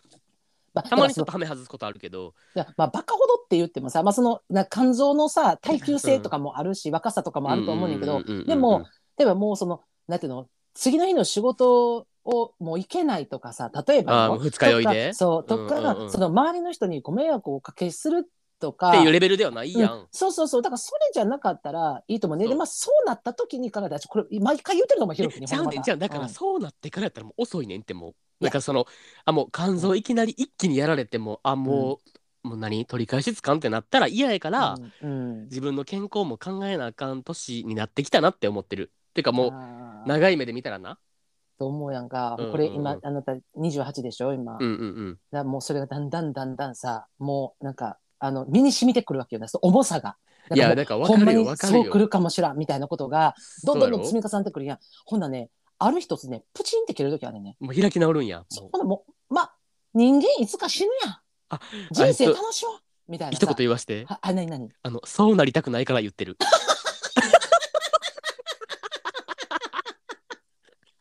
Speaker 1: まあ、
Speaker 2: たまにち
Speaker 1: だ
Speaker 2: ょっ
Speaker 1: か
Speaker 2: とはめ外すことあるけど
Speaker 1: らそのまあ、バカほどって言ってもさ、まあ、その、な、肝臓のさ、耐久性とかもあるし、若さとかもあると思うねんだけど。でも、例えば、もう、その、なんていうの、次の日の仕事を、もう行けないとかさ、例えばよ。
Speaker 2: あーもう二日酔いで
Speaker 1: とかそう、とか、
Speaker 2: うんうんうん
Speaker 1: その周りの人にご迷惑をおかけするとか。
Speaker 2: っていうレベルではないやん、
Speaker 1: うんそうそうそうだからそれじゃなかったらいいと思うね
Speaker 2: そう
Speaker 1: でまあそうなった時に考えたらこれ毎回言ってると思うひろきに
Speaker 2: ちゃうねんちゃうだからそうなってからやったらもう遅いねんってもうだからそのあもう肝臓いきなり一気にやられてもあもう、もう何取り返しつかんってなったら嫌やから、
Speaker 1: うん
Speaker 2: 自分の健康も考えなあかん年になってきたなって思ってるてかも
Speaker 1: あ
Speaker 2: う
Speaker 1: ー
Speaker 2: 長い目で見たらな
Speaker 1: と思うやんか、
Speaker 2: うんうんうん
Speaker 1: これ今あなた28でしょ今、
Speaker 2: う
Speaker 1: だか
Speaker 2: んうん
Speaker 1: らもうそれがだんだんだんだんさもうなんかあの身に染みてくるわけよねその重さが
Speaker 2: うんいや
Speaker 1: なん
Speaker 2: だから
Speaker 1: もう
Speaker 2: 分か
Speaker 1: ほんま
Speaker 2: るよ
Speaker 1: に
Speaker 2: 分か
Speaker 1: そ
Speaker 2: る
Speaker 1: うく
Speaker 2: よ
Speaker 1: るかもしらんみたいなことがどんどんどん積
Speaker 2: そうや
Speaker 1: み重なってくるやんほんならねある日突然プチンって切れる時あるねん
Speaker 2: ろもう開き直るんやもう
Speaker 1: ほんならもうまあ人間いつか死ぬやん
Speaker 2: あ
Speaker 1: 人生楽しもうみたいな
Speaker 2: 一
Speaker 1: さ
Speaker 2: 言言わして
Speaker 1: ああ、な になに
Speaker 2: あのそうなりたくないから言ってる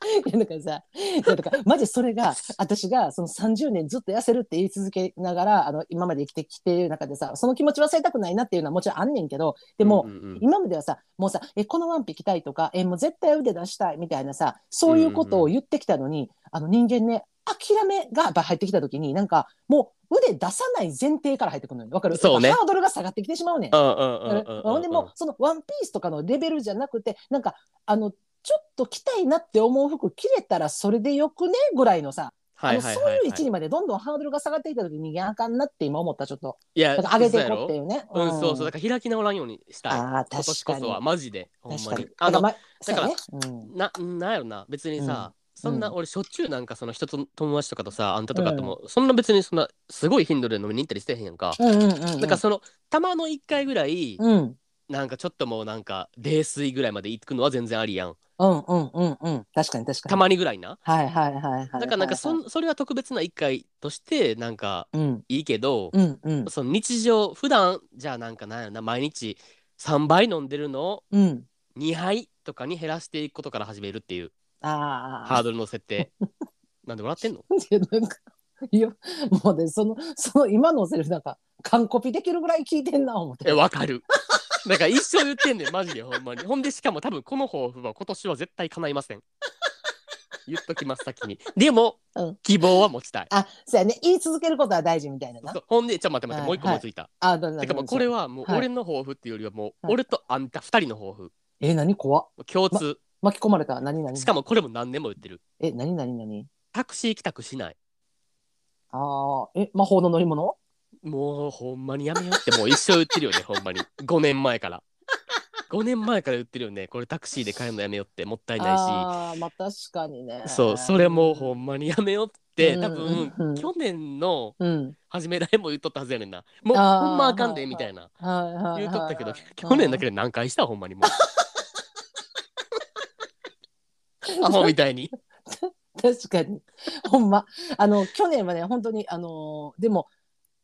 Speaker 1: いやだからさ、いやだからマジそれが、私がその30年ずっと痩せるって言い続けながら、あの、今まで生きてきてる中でさ、その気持ち忘れたくないなっていうのはもちろんあんねんけど、でも、
Speaker 2: うんうんうん
Speaker 1: 今まではさ、もうさ、え、このワンピ着たいとか、え、もう絶対腕出したいみたいなさ、そういうことを言ってきたのに、あの人間ね、諦めがやっぱ入ってきた時に、なんか、もう腕出さない前提から入ってくるのよ。わかる
Speaker 2: そうね
Speaker 1: ハードルが下がってきてしまうねん。
Speaker 2: うんうんうんうんうん
Speaker 1: ほんでもうそのワンピースとかのレベルじゃなくてなんかあのちょっと着たいなって思う服着れたらそれでよくねぐらいのさあ
Speaker 2: はい
Speaker 1: の
Speaker 2: は
Speaker 1: そう
Speaker 2: い
Speaker 1: い
Speaker 2: はいう
Speaker 1: 位置
Speaker 2: はい
Speaker 1: にまでどんどんハードルが下がってきた時にいやあかんなって今思ったちょっと
Speaker 2: いや
Speaker 1: だから上げてい
Speaker 2: そうや
Speaker 1: こうってい
Speaker 2: ろ
Speaker 1: うね
Speaker 2: うんそうそうだから開き直らんようにしたい
Speaker 1: ああ
Speaker 2: 今
Speaker 1: 確
Speaker 2: 年
Speaker 1: か
Speaker 2: こ
Speaker 1: に
Speaker 2: そはマジでほん
Speaker 1: 確
Speaker 2: ま
Speaker 1: かに
Speaker 2: にあ
Speaker 1: だ
Speaker 2: のだから
Speaker 1: そうやねうん
Speaker 2: ななんやろな別にさ、そんな
Speaker 1: うん
Speaker 2: 俺しょっちゅうなんかその人と友達とかとさあんたとかとも、そんな別にそんなすごい頻度で飲みに行ったりしてへんやんか、
Speaker 1: うんうんうんうん
Speaker 2: だからそのたまの1回ぐらい、
Speaker 1: うんうん
Speaker 2: なんかちょっともうなんか泥酔ぐらいまで行くのは全然ありやん
Speaker 1: うんうんうん確かに確かに
Speaker 2: たまにぐらいな、
Speaker 1: はいはいはいはい
Speaker 2: だからなんかそんそれは特別な1回としてなんか
Speaker 1: うん
Speaker 2: いいけど、
Speaker 1: うんうん
Speaker 2: その日常普段じゃあなんかなんやろな毎日3杯飲んでるのを
Speaker 1: うん
Speaker 2: 2杯とかに減らしていくことから始めるっていう
Speaker 1: ああ
Speaker 2: ハードルの設定なんで笑ってんの
Speaker 1: いやなんかいやもうねそのその今のセリフなんか完コピできるぐらい聞いてんな思って
Speaker 2: え、わかる。なんか一生言ってんねん、マジで、ほんまに。ほんで、しかも多分この抱負は今年は絶対叶いません。言っときます、先に。でも、
Speaker 1: うん
Speaker 2: 希望は持ちたい。
Speaker 1: あそうやね言い続けることは大事みたいなな
Speaker 2: そうほんで、ちょ、待って待って、もう一個
Speaker 1: はい
Speaker 2: 思いついた。
Speaker 1: あどうぞ
Speaker 2: てか、も
Speaker 1: ど
Speaker 2: う
Speaker 1: うぞ
Speaker 2: これはもう
Speaker 1: はい
Speaker 2: 俺の抱負っていうよりは、もう
Speaker 1: はい
Speaker 2: 俺とあんた二人の抱負。
Speaker 1: え何怖
Speaker 2: 共通。
Speaker 1: 巻き込まれた何々
Speaker 2: しかもこれも何年も言ってる。
Speaker 1: え何何何
Speaker 2: タクシー帰宅しない。
Speaker 1: あーえ魔法の乗り物
Speaker 2: もうほんまにやめようって、もう一生言ってるよね、ほんまに。5年前から。5年前から言ってるよね、これタクシーで帰るのやめようって、もったいないし。
Speaker 1: あーまあ確かにね
Speaker 2: そうそれもうほんまにやめようって
Speaker 1: うん
Speaker 2: 多分、
Speaker 1: うん
Speaker 2: 去年の
Speaker 1: うん
Speaker 2: 初めらへんも言っとったはずやねんなもう
Speaker 1: あー
Speaker 2: ほんまあかんでみたいな
Speaker 1: はいはいはい
Speaker 2: 言うとったけど
Speaker 1: はい
Speaker 2: 去年だけで何回した ほんまにもうアホみたいに
Speaker 1: 確かに。 ほんま。あの、去年はね、本当に、あのーでも、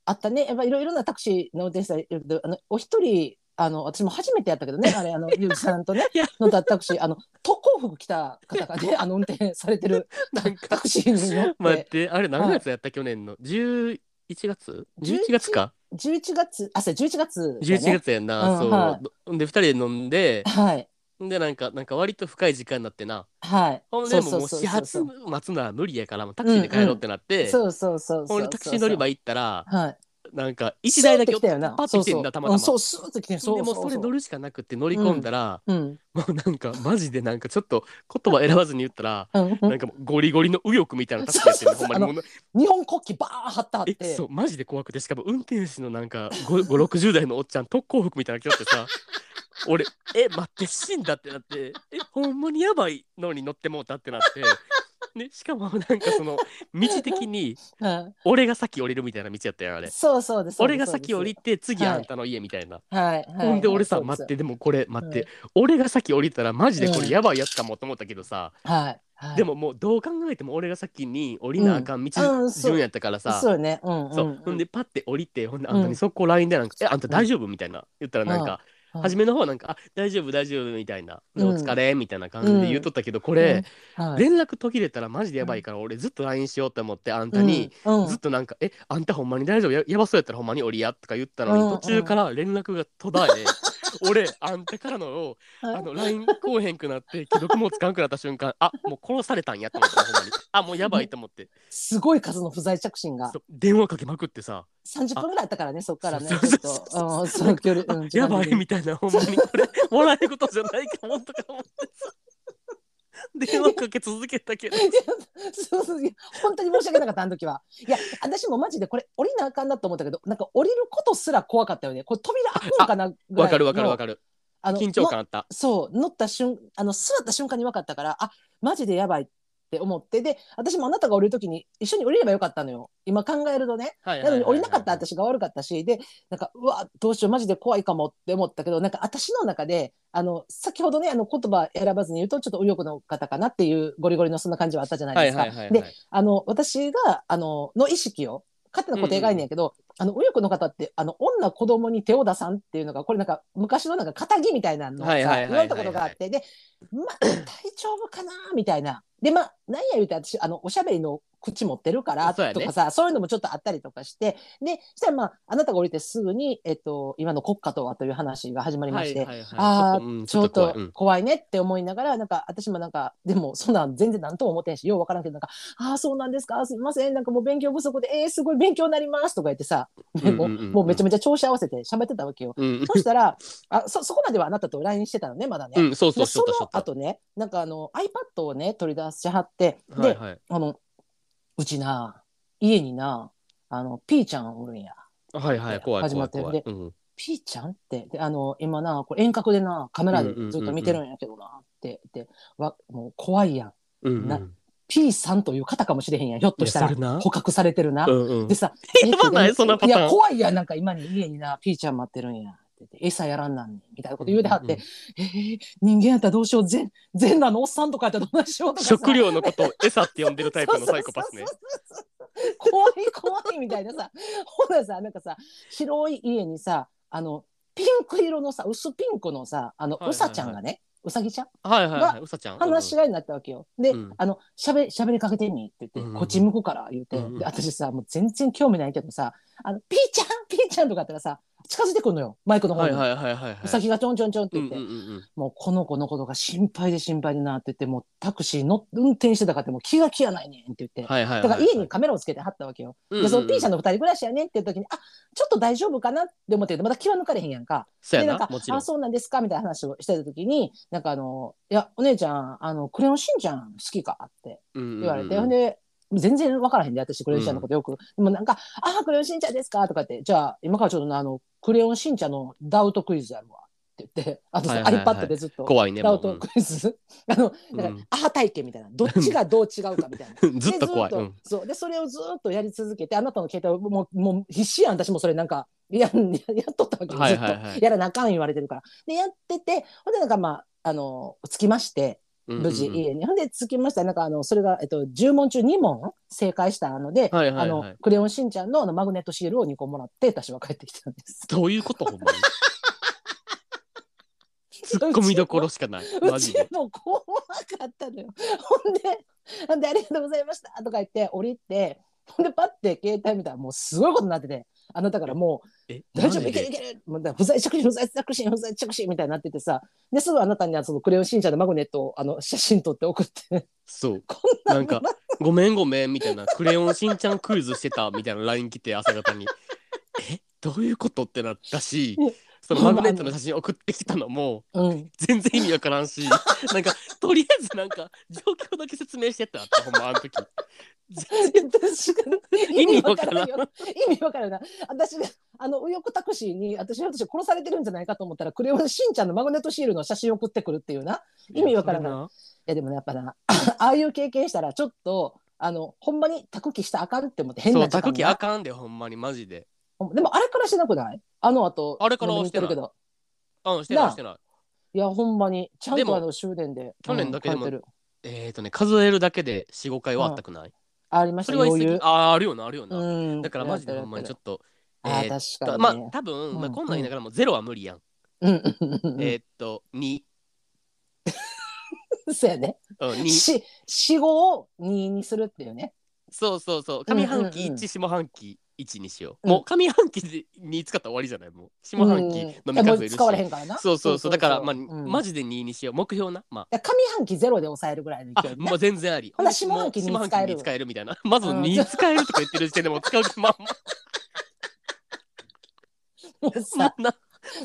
Speaker 1: あったね。やっぱいろいろなタクシーの運転手さんいるけど、あの、お一人、あの、私も初めてやったけど ね、あれ、あの、ゆうきさんとね
Speaker 2: いや、
Speaker 1: 乗ったタクシー、あの、特攻服着た方が ね、あの、運転されてる
Speaker 2: なんか
Speaker 1: タクシーに乗っ、
Speaker 2: 待ってて、あれ何月やった、去年の ?11 月 ?11 月か
Speaker 1: 11月、あ、そう、11月、ね。
Speaker 2: ?11。月やんな。
Speaker 1: うん
Speaker 2: そう、
Speaker 1: は
Speaker 2: どで、2人で飲んで、
Speaker 1: はい。
Speaker 2: で、なんか、なんか割と深い時間になってな。
Speaker 1: はい。
Speaker 2: ほんで、もうもう
Speaker 1: そう
Speaker 2: 始
Speaker 1: そうそう
Speaker 2: 発待つのは無理やから、もうタクシーで帰ろうってなって、
Speaker 1: そうそうそうそう
Speaker 2: ほ
Speaker 1: んそ
Speaker 2: で
Speaker 1: う。
Speaker 2: タクシー乗り場行ったら、
Speaker 1: はい。
Speaker 2: なんか1台だけ
Speaker 1: スーッと来たよな。
Speaker 2: パッと来て
Speaker 1: そう
Speaker 2: ん
Speaker 1: そ
Speaker 2: だ、
Speaker 1: う
Speaker 2: たまたま。
Speaker 1: うんそう、スーッと来てる。そう
Speaker 2: でもうそれ乗
Speaker 1: る。
Speaker 2: るしかなくって乗り込んだら、
Speaker 1: うん。
Speaker 2: もうなんかマジでなんかちょっと言葉選ばずに言ったら、
Speaker 1: うん
Speaker 2: なんかもうゴリゴリの右翼みたいなタクシーやってるの
Speaker 1: そ
Speaker 2: ほ
Speaker 1: うんそうそ
Speaker 2: ま
Speaker 1: う
Speaker 2: にもう
Speaker 1: 日本国旗バーン貼ってあっ
Speaker 2: え
Speaker 1: て
Speaker 2: そうマジで怖くてしかも運転手のなんか560代のおっちゃん特攻服みたいなの着とって さ俺え待って死んだってなってえほんまにやばいのに乗ってもうたってなって。ね、しかもなんかその道的に
Speaker 1: うん
Speaker 2: 俺が先降りるみたいな道やったよあれ
Speaker 1: そうそうですそうです
Speaker 2: 俺が先降りて次
Speaker 1: はい
Speaker 2: あんたの家みたいな、
Speaker 1: はいはい
Speaker 2: ほんで俺さ
Speaker 1: そうです
Speaker 2: 待ってでもこれ待って、俺が先降りたらマジでこれやばいやつかもと思ったけどさ、
Speaker 1: はいはい
Speaker 2: でももうどう考えても俺が先に降りなあかん道
Speaker 1: うんそう
Speaker 2: 順やったからさ、
Speaker 1: そうよねうんうん
Speaker 2: そう、ほんでパッて降りてほんであんたに速攻 LINE でなんか「えあんた大丈夫?」みたいな言ったらなんか、
Speaker 1: うんうん
Speaker 2: 初めの方はなんか「あ大丈夫大丈夫」みたいな「で
Speaker 1: うん
Speaker 2: お疲れ」みたいな感じで言うとったけど、これ、
Speaker 1: うんはい
Speaker 2: 連絡途切れたらマジでやばいから俺ずっと LINE しようと思ってあんたに、
Speaker 1: うんうん
Speaker 2: ずっとなんか「えあんたほんまに大丈夫ややばそうやったらほんまに降りや」とか言ったのに、
Speaker 1: うんうん
Speaker 2: 途中から連絡が途絶え俺あんたからの
Speaker 1: はい
Speaker 2: あの LINE こうへんくなって既読もつかんくなった瞬間あもう殺されたんやと思ったほんまにあもうやばいと思って
Speaker 1: すごい数の不在着信が
Speaker 2: そう電話かけまくってさ
Speaker 1: 30分ぐらいあったからねそっからね
Speaker 2: そう
Speaker 1: ずっと
Speaker 2: そうそう
Speaker 1: うんその距離
Speaker 2: あ
Speaker 1: うん
Speaker 2: やばいみた いなほんまにこれ笑い事じゃないかもとか思ってさ電話かけ続けたけど
Speaker 1: いやそうそういや本当に申し訳なかったあの時はいや私もマジでこれ降りなあかんなと思ったけどなんか降りることすら怖かったよねこれ扉開くんかなぐらい
Speaker 2: わかるわかるわ
Speaker 1: る
Speaker 2: かる
Speaker 1: あの
Speaker 2: 緊張感あった
Speaker 1: そう乗った瞬あの座った瞬間に分かったからあマジでやばいって思ってで私もあなたが降りる時に一緒に降りればよかったのよ今考えるとね
Speaker 2: はいは
Speaker 1: な
Speaker 2: いは
Speaker 1: の
Speaker 2: い
Speaker 1: に降りなかった
Speaker 2: はい
Speaker 1: 私が悪かったしでなんかうわどうしようマジで怖いかもって思ったけどなんか私の中であの先ほどねあの言葉選ばずに言うとちょっと右翼の方かなっていうゴリゴリのそんな感じはあったじゃない
Speaker 2: は
Speaker 1: で
Speaker 2: い
Speaker 1: すか。
Speaker 2: はいはい
Speaker 1: であの私があのの意識を勝手な固定概念やけど、あの右翼の方ってあの女子供に手を出さんっていうのがこれなんか昔のなんか肩着みたいなのをさ
Speaker 2: はい
Speaker 1: 言
Speaker 2: はいはいはい
Speaker 1: われたことがあってでまあ大丈夫かなみたいなでまあなんや言うて私あのおしゃべりの口持ってるから
Speaker 2: そうや
Speaker 1: と
Speaker 2: ね
Speaker 1: かさそう,、いうのもちょっとあったりとかしてでそしたらまああなたが降りてすぐに、えっと、今の国家とはという話が始まりまして、
Speaker 2: はいはいはい
Speaker 1: あー
Speaker 2: ちょっとう
Speaker 1: ちょっ
Speaker 2: ん怖い
Speaker 1: と
Speaker 2: うん
Speaker 1: 怖いねって思いながら、なんか私もなんか、でもそんなん全然何とも思ってんし、ようわからんけど、なんか、ああ、そうなんですか、すみません、なんかもう勉強不足で、えー、すごい勉強になりますとか言ってさ、
Speaker 2: うん
Speaker 1: も
Speaker 2: う
Speaker 1: うん
Speaker 2: う ん
Speaker 1: もうめちゃめちゃ調子合わせて 喋ってたわけよ。
Speaker 2: うん
Speaker 1: そしたら、あそそこまではあなたと LINE してたのね、まだね。
Speaker 2: うん、そうそう、
Speaker 1: で
Speaker 2: し
Speaker 1: そ
Speaker 2: ょっとしょ
Speaker 1: の
Speaker 2: っと。
Speaker 1: 後ね、なんかあの iPad をね、取り出しはって、で、
Speaker 2: はいはい。
Speaker 1: あの、うちな、家にな、あの、ピーちゃんおるんや。
Speaker 2: はいはい、怖い
Speaker 1: 始ま
Speaker 2: 怖い
Speaker 1: って
Speaker 2: 怖い。
Speaker 1: で
Speaker 2: うん
Speaker 1: ピーちゃんって、であの、今な、これ遠隔でな、カメラでずっと見てるんやけどな、って、で、わ、もう怖いやん。
Speaker 2: うんうん。
Speaker 1: な P さんという方かもしれへんやん、ひょっとした
Speaker 2: いやそれな
Speaker 1: ら。捕獲されてるな
Speaker 2: う。んうん
Speaker 1: でさ、
Speaker 2: やばな
Speaker 1: え
Speaker 2: い
Speaker 1: っと
Speaker 2: そんなパターン
Speaker 1: いや、怖いやん、なんか今に家にな、ピーちゃん待ってるんや。って言って餌やらんなんねみたいなこと言うてはって、
Speaker 2: う
Speaker 1: え
Speaker 2: ん
Speaker 1: ー人間やったらどうしよう、全、全裸のおっさんとかやったらどうしようとかさ。
Speaker 2: 食料のことを餌って呼んでるタイプのサイコパス
Speaker 1: そ
Speaker 2: ね。
Speaker 1: うそうそうそう。怖い怖いみたいなさ。 ほなさ、なんかさ、広い家にさ、あの、ピンク色のさ、薄ピンクのさ、あの、
Speaker 2: はいは
Speaker 1: う
Speaker 2: いはい
Speaker 1: さちゃんがね、うさぎちゃん
Speaker 2: はいはいはい、うさちゃん。
Speaker 1: 話し合いになったわけよ。で、
Speaker 2: うん
Speaker 1: あの、しゃべ、しゃべりかけてみって言
Speaker 2: うん
Speaker 1: っ
Speaker 2: うん
Speaker 1: て、こっち向こうから言うて、
Speaker 2: うんうん
Speaker 1: で、私さ、もう全然興味ないけどさ、あの、ピーちゃん、ピーちゃんとかやったらさ、近づいてくるのよ、マイクの
Speaker 2: うん
Speaker 1: 方
Speaker 2: は
Speaker 1: に。
Speaker 2: いはいはいはいはい。
Speaker 1: うさぎがちょんちょんちょんって
Speaker 2: う
Speaker 1: 言
Speaker 2: ん
Speaker 1: っ
Speaker 2: うん
Speaker 1: て、
Speaker 2: うん
Speaker 1: もうこの子のことが心配で心配でなって言って、もうタクシーの運転してたかって、もう気が気やないねんって言って
Speaker 2: うん。、はいはいはい。
Speaker 1: だから家にカメラをつけてはったわけよ。で、その P 社の
Speaker 2: の。
Speaker 1: 二人暮らしやねんっていう時に、あちょっと大丈夫かなって思ってるけど、まだ気は抜かれへんやんか。
Speaker 2: そう
Speaker 1: で、
Speaker 2: や
Speaker 1: なん
Speaker 2: な
Speaker 1: か、、
Speaker 2: もちろ
Speaker 1: あ、
Speaker 2: ん。
Speaker 1: そうなんですかみたいな話をしてた時に、なんかあの、いや、お姉ちゃん、あの、クレヨンしんちゃん好きかって
Speaker 2: 言
Speaker 1: 言われて、ほんで、全然分からへんで、私、クレヨンしんちゃんのことよく。でもなんか、ああ、クレヨンしんちゃんですかとかって、じゃあ、今からちょっとな、あの、クレヨンしんちゃんのダウトクイズやるわ。って言って、あとさ、
Speaker 2: はいはいはい
Speaker 1: iPad でずっと。
Speaker 2: 怖いね。
Speaker 1: ダ
Speaker 2: も
Speaker 1: ウ
Speaker 2: う
Speaker 1: トクイズあの、な
Speaker 2: う
Speaker 1: ん
Speaker 2: ん
Speaker 1: か、アハ体験みたいな。どっちがどう違うかみたいな。
Speaker 2: うんずっと怖い。
Speaker 1: で
Speaker 2: う
Speaker 1: ずっ
Speaker 2: ん
Speaker 1: そうでそれをずっとやり続けてあなたの携帯をもうもう必死やん私もそれなんかやんや やっとったわけよ
Speaker 2: は
Speaker 1: ず
Speaker 2: い
Speaker 1: っと、
Speaker 2: はいはい
Speaker 1: やらなあかん言われてるからでやっててほんでなんかまああの着きまして
Speaker 2: うんうんう
Speaker 1: 無
Speaker 2: ん
Speaker 1: 事家に。ほんで着きました。なんかあのそれが、えっと、10問中2問正解したので、
Speaker 2: はいはいは
Speaker 1: あ
Speaker 2: い
Speaker 1: のクレヨンしんちゃんのあのマグネットシールを2個もらって私は帰ってきたんです。
Speaker 2: どういうことほん まに。ツッコミどころしかない。マ
Speaker 1: う
Speaker 2: ジ
Speaker 1: ち
Speaker 2: で。
Speaker 1: も怖かったのよ。ほんで、ほんでありがとうございましたとか言って降りて、ほんでパッて携帯見たらもうすごいことになってて、あなたからも
Speaker 2: え、
Speaker 1: う大丈夫
Speaker 2: マ
Speaker 1: い
Speaker 2: ジ
Speaker 1: けるい
Speaker 2: で
Speaker 1: けるもうだから不在着信不在着信不在着信みたいになっててさ、ですぐあなたにはそのクレヨンしんちゃんのマグネットをあの写真撮って送って、
Speaker 2: そう。
Speaker 1: こん な
Speaker 2: なんか、ごめんごめんみたいな、クレヨンしんちゃんクイズしてたみたいな LINE 来て、朝方に。えどういうことってなったし
Speaker 1: うん、
Speaker 2: そのマグネットの写真送ってきたのも、
Speaker 1: うん、
Speaker 2: 全然意味わから んし、なんか、とりあえずなんか、状況だけ説明してってなった、ほんま、あの時。
Speaker 1: 確かに
Speaker 2: 意味わからん
Speaker 1: よ意味わからんな私があの右翼タクシーに私私殺されてるんじゃないかと思ったらクレヨンしんちゃんのマグネットシールの写真送ってくるっていうな意味わからんない
Speaker 2: いや。
Speaker 1: いやでもねやっぱな ああいう経験したらちょっとあのほんまにタクキしたらあかんって思って
Speaker 2: そ
Speaker 1: 変
Speaker 2: れなそ
Speaker 1: な
Speaker 2: う、タクキ
Speaker 1: な
Speaker 2: あかんで、ほんまに、マジで。
Speaker 1: でもあれからしなくないあの後
Speaker 2: あれから
Speaker 1: 飲み
Speaker 2: は
Speaker 1: に行
Speaker 2: し
Speaker 1: ってて
Speaker 2: ない
Speaker 1: るけど
Speaker 2: うん、してな、
Speaker 1: ないあ
Speaker 2: してない。
Speaker 1: いやほんまにちゃん
Speaker 2: でも
Speaker 1: とあの終電で
Speaker 2: 去年だけでも
Speaker 1: うん帰ってる
Speaker 2: えーとね、数えるだけで4、5回はあったくない
Speaker 1: ありまし
Speaker 2: そ
Speaker 1: た
Speaker 2: れは一
Speaker 1: 余
Speaker 2: 石
Speaker 1: 裕
Speaker 2: あーあるよなあるよな、
Speaker 1: うん
Speaker 2: だからマジでほんまにちょっとえ
Speaker 1: あ
Speaker 2: ーっ
Speaker 1: ー確
Speaker 2: と
Speaker 1: か
Speaker 2: まあ
Speaker 1: にね
Speaker 2: 多分、ま
Speaker 1: う
Speaker 2: あ、
Speaker 1: ん
Speaker 2: こんなん言いながらもゼロは無理やん、
Speaker 1: うんうんうんうん
Speaker 2: えーっと2
Speaker 1: そうやね
Speaker 2: うん2
Speaker 1: し死語を2にするっていうね
Speaker 2: そうそうそう上半期1、
Speaker 1: うんうんうん
Speaker 2: 下半期1にしよう、
Speaker 1: うん
Speaker 2: もう上半期で2使ったら終わりじゃないもう下半期
Speaker 1: う
Speaker 2: の
Speaker 1: ん
Speaker 2: み
Speaker 1: も
Speaker 2: 数いうるし、
Speaker 1: 使われへんからな
Speaker 2: そうそうそうだからま
Speaker 1: う
Speaker 2: あ、
Speaker 1: ん
Speaker 2: マジで2にしよう目標なまあ
Speaker 1: だから上半期ゼロで抑えるぐらいの
Speaker 2: あ
Speaker 1: 勢いね
Speaker 2: まあ全然あり
Speaker 1: ほな下半期に
Speaker 2: もう下半期に
Speaker 1: 使
Speaker 2: 使えるみたいなまず
Speaker 1: うん
Speaker 2: 2使えるとか言ってる時点でもう使 う気まん
Speaker 1: もう さ
Speaker 2: まな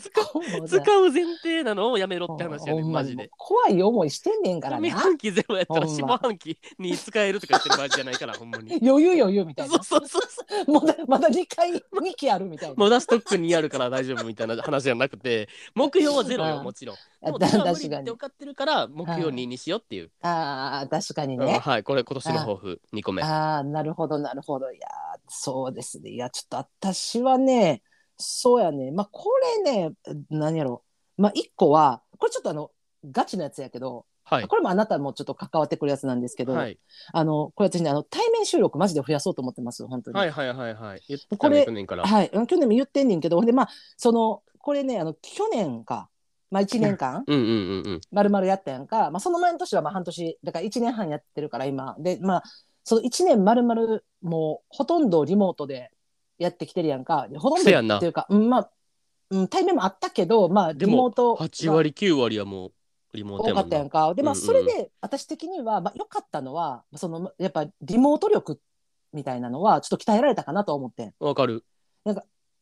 Speaker 2: 使う
Speaker 1: もう
Speaker 2: 使
Speaker 1: さ
Speaker 2: う前提なのをやめろって話やね
Speaker 1: ほんま
Speaker 2: マ
Speaker 1: に
Speaker 2: ジで
Speaker 1: 怖い思いしてんねん から
Speaker 2: 上
Speaker 1: な
Speaker 2: 半期ゼロやったら
Speaker 1: ほんま
Speaker 2: 下半期に使えるとか言ってる場合じゃないからほん まに
Speaker 1: 余裕余裕みたい
Speaker 2: そう
Speaker 1: な
Speaker 2: そうそうそ
Speaker 1: まだまだ2回2期ある みたいう
Speaker 2: まだストックにあるから大丈夫みたいな話じゃな くて目標はゼロ
Speaker 1: う
Speaker 2: よ
Speaker 1: ん
Speaker 2: もちろんで
Speaker 1: な
Speaker 2: も
Speaker 1: だ
Speaker 2: ゼロは無理
Speaker 1: 確か
Speaker 2: っ
Speaker 1: に
Speaker 2: て分かってるから目標2にしようっていう、
Speaker 1: ああ確かに
Speaker 2: うん
Speaker 1: ね
Speaker 2: はいこれ今年の抱負2個目
Speaker 1: ああなるほどなるほどいやーそうですねいやちょっと私はねそうやねまあこれね何やろまあ1個はこれちょっとあのガチなやつやけど、
Speaker 2: はい
Speaker 1: これもあなたもちょっと関わってくるやつなんですけど、
Speaker 2: はい
Speaker 1: あのこれ私ねあの対面収録マジで増やそうと思ってます本当に。
Speaker 2: はいはいはいはい言ってた
Speaker 1: こ
Speaker 2: ね
Speaker 1: れ
Speaker 2: 去年から
Speaker 1: はい、うん去年も言ってんねんけど、ほんで、まあ、その、これね、あの、去年か、まあ、1年間、
Speaker 2: うんうんうんうん
Speaker 1: まるまるやったやんか、まあ、その前の年は、まあ、半年、だから1年半やってるから、今。で、まあ、その1年まるまる、もう、ほとんどリモートでやってきてるやんか、ほとん
Speaker 2: せやん
Speaker 1: ど
Speaker 2: な
Speaker 1: っていうか、うん、まあ、うん、対面もあったけど、まあ、
Speaker 2: で
Speaker 1: リ
Speaker 2: も
Speaker 1: モートが
Speaker 2: 8割9割はもうリモート
Speaker 1: 多
Speaker 2: や
Speaker 1: か
Speaker 2: も
Speaker 1: っ
Speaker 2: ん
Speaker 1: た
Speaker 2: な
Speaker 1: やんか。で、まあ、
Speaker 2: うんうん
Speaker 1: それで、私的には、まあ、良かったのは、その、やっぱ、リモート力みたいなのは、ちょっと鍛えられたかなと思ってん。
Speaker 2: わかる
Speaker 1: わ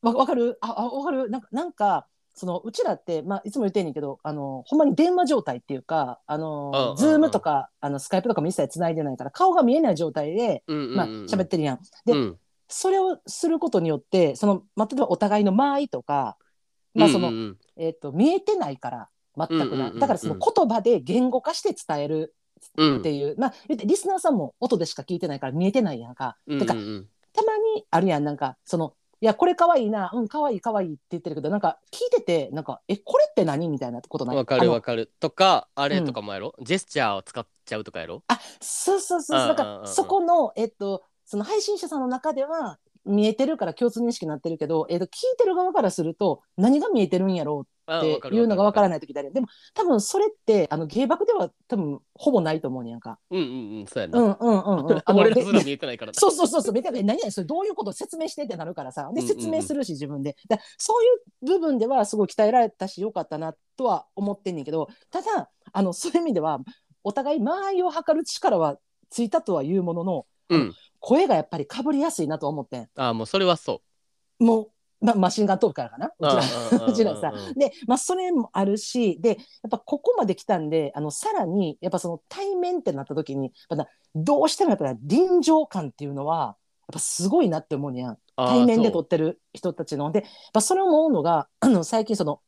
Speaker 1: わかるあ、あわかるなんか、なんか、その、うちらって、まあ、いつも言ってんねんけど、あの、ほんまに電話状態っていうか、あ
Speaker 2: うんうんう
Speaker 1: の
Speaker 2: ん、
Speaker 1: ズームとか、あの、スカイプとかも一切繋いでないから、顔が見えない状態で、
Speaker 2: うんうんうん
Speaker 1: まあ、喋ってるやん。で
Speaker 2: うん
Speaker 1: それをすることによって、その、まあ、例えばお互いの間合いとか、まあ、その、
Speaker 2: うんうんうん
Speaker 1: えっ、と、見えてないから、全く
Speaker 2: うんうん
Speaker 1: な
Speaker 2: うんうん
Speaker 1: い。だから、その言葉で言語化して伝える
Speaker 2: うん
Speaker 1: っていう、まあ、言ってリスナーさんも音でしか聞いてないから見えてないやんか。
Speaker 2: うん
Speaker 1: てか
Speaker 2: うんうん
Speaker 1: たまにあるやんなんかその「いやこれかわいいなうんかわいいかわいい」って言ってるけどなんか聞いててなんか「えこれって何?」みたいなことない
Speaker 2: わかるわ
Speaker 1: かる
Speaker 2: かるとかあれ
Speaker 1: うん
Speaker 2: とかもやろ、ジェスチャーを使っちゃうとかやろ
Speaker 1: あそうそうそう
Speaker 2: うん
Speaker 1: だ
Speaker 2: うん
Speaker 1: か
Speaker 2: うんうん
Speaker 1: らそこのえっとその配信者さんの中では見えてるから共通認識になってるけど、えっと聞いてる側からすると何が見えてるんやろ
Speaker 2: あ
Speaker 1: うっ
Speaker 2: わか
Speaker 1: て
Speaker 2: る
Speaker 1: いうのがわから
Speaker 2: い
Speaker 1: ない時だねでも多分それってあの芸爆では多分ほぼないと思うねやんか
Speaker 2: うんうんうんそうや
Speaker 1: う
Speaker 2: な、
Speaker 1: んうんうんうんあの
Speaker 2: 俺ら
Speaker 1: です
Speaker 2: ら見えてないからな
Speaker 1: そうそうそうそう、めちゃくちゃ何々それどういうこと説明してってなるからさ、で
Speaker 2: うんうんうん
Speaker 1: 説明するし自分で、だそういう部分ではすごい鍛えられたし良かったなとは思ってんねんけど、ただあのそういう意味ではお互い間合いを測る力はついたとは言うものの、
Speaker 2: うん
Speaker 1: 声がやっぱりかぶりやすいなと思ってん。
Speaker 2: あもうそれはそ
Speaker 1: もう、ま、マシンガントークからかな、
Speaker 2: う
Speaker 1: うちら。
Speaker 2: うん
Speaker 1: う
Speaker 2: うんうんうん
Speaker 1: ちらさで、まあ、それもあるし、で、やっぱここまで来たんで、あの、さらに、やっぱその対面ってなった時に、やっぱどうしてもやっぱ臨場感っていうのは、やっぱすごいなって思うにゃん。
Speaker 2: あー
Speaker 1: 対面で撮
Speaker 2: そう
Speaker 1: ってる人たちの。で、やっぱそれを思うのが、 あの、最近その、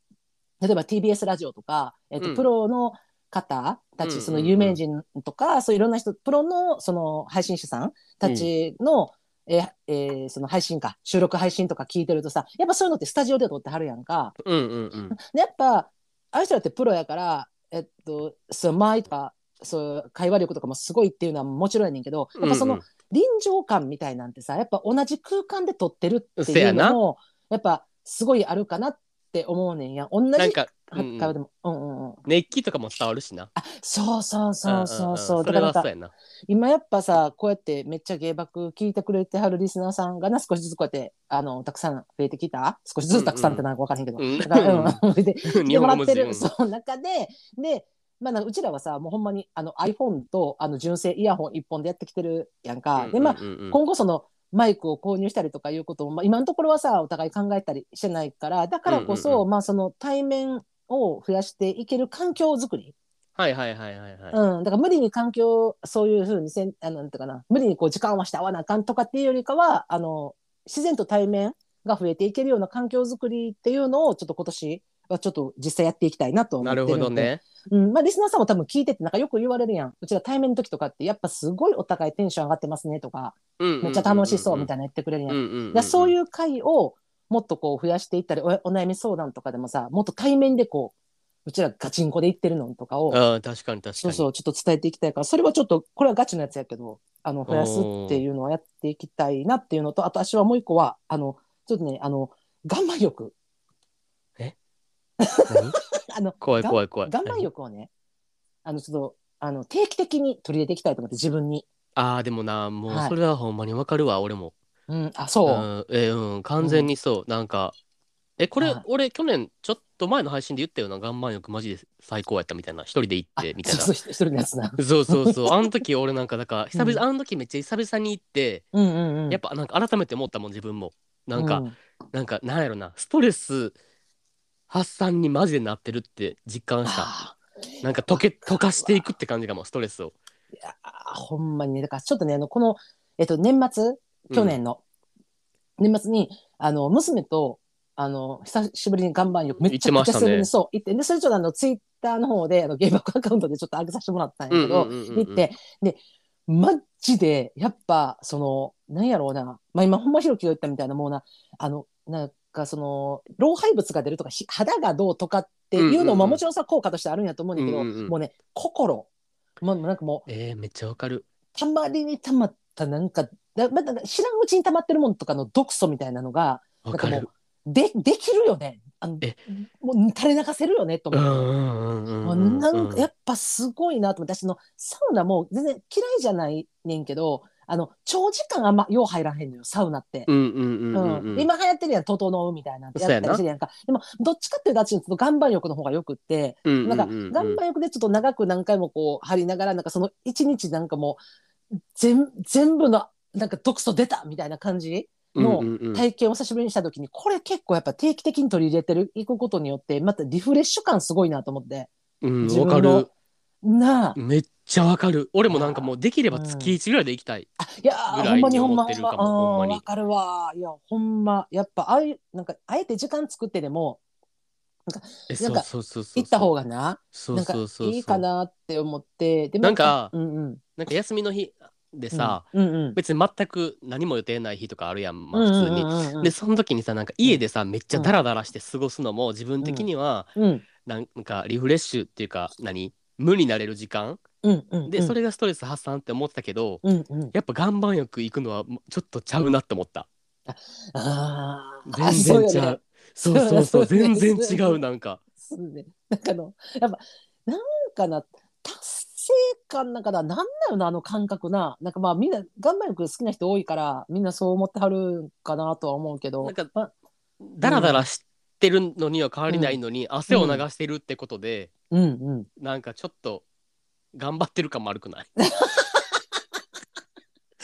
Speaker 1: 例えば TBS ラジオとか、えっと、
Speaker 2: うん
Speaker 1: プロの方たち、
Speaker 2: うん
Speaker 1: その有名人とか、そういろんな人、プロのその配信者さんたちの、えーえーその配信か、収録配信とか聞いてるとさ、やっぱそういうのってスタジオで撮ってはるやんか。
Speaker 2: うんうんうん
Speaker 1: でやっぱあの人だってプロやからえっとその間合いとかそういう会話力とかもすごいっていうのはもちろんやねんけどやっぱそ
Speaker 2: うん
Speaker 1: の
Speaker 2: うん
Speaker 1: 臨場感みたいなんてさやっぱ同じ空間で撮ってるって
Speaker 2: せ
Speaker 1: い
Speaker 2: や
Speaker 1: う
Speaker 2: な
Speaker 1: のもやっぱすごいあるかなって思うねんや同
Speaker 2: なん
Speaker 1: じ
Speaker 2: か、う
Speaker 1: 会
Speaker 2: ん
Speaker 1: 話でも、うんうんうん、
Speaker 2: 熱気とかも伝わるしな。
Speaker 1: そうそうそうそうそう,、
Speaker 2: んんんそ
Speaker 1: だ
Speaker 2: れ
Speaker 1: からな
Speaker 2: は
Speaker 1: んか
Speaker 2: そうやな。
Speaker 1: 今やっぱさこうやってめっちゃ芸爆聞いてくれてはるリスナーさんがな少しずつこうやってあのたくさん増えてきた少しずつたくさんってなんか分からへんけど、
Speaker 2: うん
Speaker 1: だからうん で来
Speaker 2: 日
Speaker 1: ても
Speaker 2: 本
Speaker 1: ら
Speaker 2: 語
Speaker 1: っ
Speaker 2: む
Speaker 1: て
Speaker 2: ずい
Speaker 1: る、その中で、で、まあ、なんかうちらはさ、もうほんまにあの iPhone とあの純正イヤホン一本でやってきてるやんか。で、まあ、今後そのマイクを購入したりとかいうことも、まあ、今のところはさ、お互い考えたりしてないから、だからこそ、
Speaker 2: うんうんう
Speaker 1: まあ、その対面を増やしていける環境づくり。
Speaker 2: はいはいはいはいはい。
Speaker 1: うん。だから無理に環境、そういうふうにせん、あのなんていうかな、無理にこう時間をして合わなあかんとかっていうよりかは、あの、自然と対面が増えていけるような環境づくりっていうのを、ちょっと今年はちょっと実際やっていきたいなと思
Speaker 2: な
Speaker 1: ってる
Speaker 2: る
Speaker 1: んで。
Speaker 2: ほどね。
Speaker 1: うん、まあリスナーさんも多分聞いててなんかよく言われるやん。うちら対面の時とかってやっぱすごいお互いテンション上がってますねとか、め
Speaker 2: め
Speaker 1: っちゃ楽しそうみたい
Speaker 2: い
Speaker 1: な言ってくれるやん。だか
Speaker 2: な
Speaker 1: らそう
Speaker 2: う
Speaker 1: いう会をもっとこう増やしていったり、おお悩み相談とかでもさ、もっと対面でこう、うちらガチンコで言ってるのとかを、
Speaker 2: ん。あ確かに確かに。
Speaker 1: そうそう、ちょっと伝えていきたいから、それはちょっと、これはガチのやつやけど、あの、増やすっていうのはやっていきたいなっていうのと、あと私はもう一個は、あの、ちょっとね、あの、岩盤浴。
Speaker 2: 何
Speaker 1: あの、
Speaker 2: 怖い怖い怖い。
Speaker 1: 岩盤浴をね、あの、ちょっと、あの、定期的に取り入れていきたいと思って、自分に。
Speaker 2: ああ、でもな、も
Speaker 1: は
Speaker 2: う
Speaker 1: い
Speaker 2: それはほんまにわかるわ、俺も。
Speaker 1: うん、あ、
Speaker 2: う
Speaker 1: そう。
Speaker 2: ん、えーうん、完全にそう。なんか、え、これ
Speaker 1: はい、
Speaker 2: 俺、去年、ちょっと前の配信で言ったような、岩盤浴マジで最高やったみたいな、一人で行っ
Speaker 1: あ
Speaker 2: て、みたい
Speaker 1: そう
Speaker 2: な。
Speaker 1: そう、一人のやつな。
Speaker 2: そうそうそう。あの時、俺なんか、だから、久
Speaker 1: うん
Speaker 2: 々、あの時めっちゃ久々に行って、
Speaker 1: うんうんうん。
Speaker 2: やっぱ、なんか、改めて思ったもん、自分も。なんか
Speaker 1: う、ん
Speaker 2: なんか、なんやろな、ストレス発散にマジでなってるって実感した。
Speaker 1: あ
Speaker 2: なんか、溶け、溶かしていくって感じかも、ストレスを。
Speaker 1: ーいやーほんまにね、だからちょっとね、あの、この、えっと、年末、
Speaker 2: うん
Speaker 1: 去年の、年末にあの娘とあの久しぶりに岩盤浴めっちゃ
Speaker 2: 行っ
Speaker 1: く
Speaker 2: て
Speaker 1: ちゃ久
Speaker 2: ましたね
Speaker 1: しぶりにそう行ってでそれちょっとあのツイッターの方であの原爆アカウントでちょっと上げさせてもらったんやけど、
Speaker 2: うんうんうんうんうん
Speaker 1: 行ってでマッチでやっぱそのなんやろうな、まあ、今本間弘樹が言ったみたいなもうなあのなんかその老廃物が出るとかひ肌がどうとかっていうの
Speaker 2: うんうんう
Speaker 1: も
Speaker 2: ん
Speaker 1: もちろんさ効果としてあるんやと思うんだけど、
Speaker 2: うんうんうん
Speaker 1: もうね心もうなんかもう
Speaker 2: えー、めっちゃわかる。
Speaker 1: たまりにたまったなんかだまだ知らんうちにたまってるものとかの毒素みたいなのが
Speaker 2: わか
Speaker 1: なん
Speaker 2: る
Speaker 1: か。でできるよねあの
Speaker 2: え
Speaker 1: もう垂れ流せるよねと
Speaker 2: うんう
Speaker 1: 思って。
Speaker 2: んうん
Speaker 1: も
Speaker 2: う
Speaker 1: うん
Speaker 2: うん。
Speaker 1: なんかやっぱすごいなと思って私のサウナも全然嫌いじゃないねんけどあの長時間あんまよう入らへんのよサウナって、
Speaker 2: うんうんうんうん
Speaker 1: う
Speaker 2: うん
Speaker 1: ん、今流行ってるやん「整う」みたいなのってやったりしてるやんかでもどっちかっていうと私ちょっと岩盤浴の方がよくって、
Speaker 2: うん
Speaker 1: なんか、
Speaker 2: うんうんうん
Speaker 1: 岩盤浴でちょっと長く何回もこう、張りながら、なんかその一日なんかもう、全、全部の、なんか毒素出たみたいな感じの
Speaker 2: うんうんうん
Speaker 1: 体験を久しぶりにした時に、これ結構やっぱ定期的に取り入れてる、いくことによって、またリフレッシュ感すごいなと思って。
Speaker 2: うん
Speaker 1: 自
Speaker 2: わか
Speaker 1: 分の
Speaker 2: る。
Speaker 1: なあ。
Speaker 2: めっちゃわかる。俺もなんかもうできれば月1ぐらいで行きたい。
Speaker 1: あいや
Speaker 2: ぐ
Speaker 1: ー、
Speaker 2: ら
Speaker 1: ほん
Speaker 2: い
Speaker 1: まに
Speaker 2: に
Speaker 1: ほんま
Speaker 2: 思っ
Speaker 1: ほ
Speaker 2: て
Speaker 1: ん
Speaker 2: る
Speaker 1: ま。
Speaker 2: かもほんま
Speaker 1: うん、
Speaker 2: に
Speaker 1: わかるわ。いや、ほんま。やっぱ、ああいう、なんか、あえて時間作ってでも、
Speaker 2: え、
Speaker 1: な
Speaker 2: そ
Speaker 1: ん
Speaker 2: う
Speaker 1: か
Speaker 2: そうそうそう。
Speaker 1: 行った方がな、
Speaker 2: そうそうそうそう。
Speaker 1: なんか、いいかなって思って。でも
Speaker 2: なんか
Speaker 1: うんうん。
Speaker 2: なんか休みの日でさ、
Speaker 1: うんうん。
Speaker 2: 別に全く何も予定ない日とかあるやん、ま
Speaker 1: うん
Speaker 2: あ
Speaker 1: う
Speaker 2: 普
Speaker 1: ん
Speaker 2: 通に。
Speaker 1: うんうん
Speaker 2: で、その時にさ、なんか家でさ、めっちゃダラダラして過ごすのも自分的には、
Speaker 1: うん
Speaker 2: なんかリフレッシュっていうか、何無になれる時間
Speaker 1: うんうん、
Speaker 2: で、そ
Speaker 1: れ、
Speaker 2: れがストレス発散って思ってたけど、
Speaker 1: うんうん、
Speaker 2: やっぱ岩盤浴行くのはもうちょっとちゃうなって思った。
Speaker 1: あーあ、
Speaker 2: 全
Speaker 1: そ
Speaker 2: 然
Speaker 1: う
Speaker 2: 違
Speaker 1: よね
Speaker 2: う。そうそうそ う、
Speaker 1: そうよ
Speaker 2: 全
Speaker 1: ね
Speaker 2: 然違う、なんか。
Speaker 1: そうねなんかあのやっぱなんかな達成感なんかななんなよなあの感覚ななんかまあみんな岩盤浴好きな人多いからみんなそう思ってはるんかなとは思うけど
Speaker 2: なんか
Speaker 1: まあ
Speaker 2: ダラダラしてるのには変わりないのに、汗を流してるってことで、
Speaker 1: うんうん
Speaker 2: なんかちょっと頑張ってる感も 悪くない。
Speaker 1: わ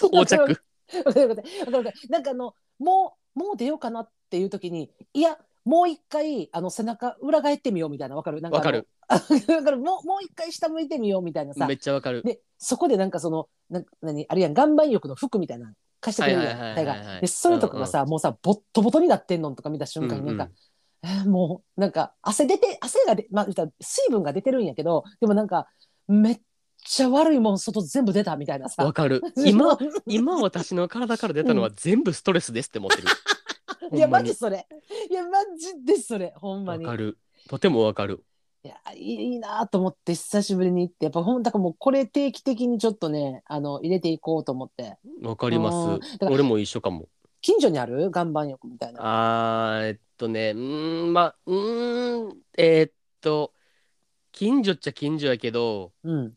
Speaker 2: 横
Speaker 1: かる
Speaker 2: 着。
Speaker 1: わかるわかるわかるわかるなんかあのもうもう出ようかなっていう時にいやもう一回あの背中裏返ってみようみたいなわかるなんかあの
Speaker 2: わかる
Speaker 1: わかるもうもう一回下向いてみようみたいなさ
Speaker 2: めっちゃわかる。
Speaker 1: で、そこでなんかその、な何あるやん、岩盤浴の服みたいなの貸してくれるやん、
Speaker 2: はいは
Speaker 1: 大
Speaker 2: いはいはい
Speaker 1: 概。で、それとかがさ、もうさ、ボットボトになってんのとか見た瞬間になんか、えーもう、なんか、汗出て、汗がで、まあ、言ったら水分が出てるんやけど、でもなんか、めっちゃ悪いもん、外全部出たみたいな
Speaker 2: うんうん
Speaker 1: さ。、
Speaker 2: わかる。今
Speaker 1: い
Speaker 2: 今私の体から出たのは全部ストレスですって思ってる。
Speaker 1: や、
Speaker 2: ほんま
Speaker 1: マ
Speaker 2: に
Speaker 1: ジそれ。いや、マジでそれ、ほんま
Speaker 2: わ
Speaker 1: に。
Speaker 2: かる。とてもわかる。
Speaker 1: いやいいいいなと思って久しぶりに行ってやっぱほんだからもうこれ定期的にちょっとねあの入れていこうと思って
Speaker 2: わかりま
Speaker 1: う
Speaker 2: す
Speaker 1: んだから
Speaker 2: 俺も一緒かも
Speaker 1: 近所にある岩盤浴みたいな
Speaker 2: あーえっとねうーんまあうーんえーっと近所っちゃ近所やけど
Speaker 1: うん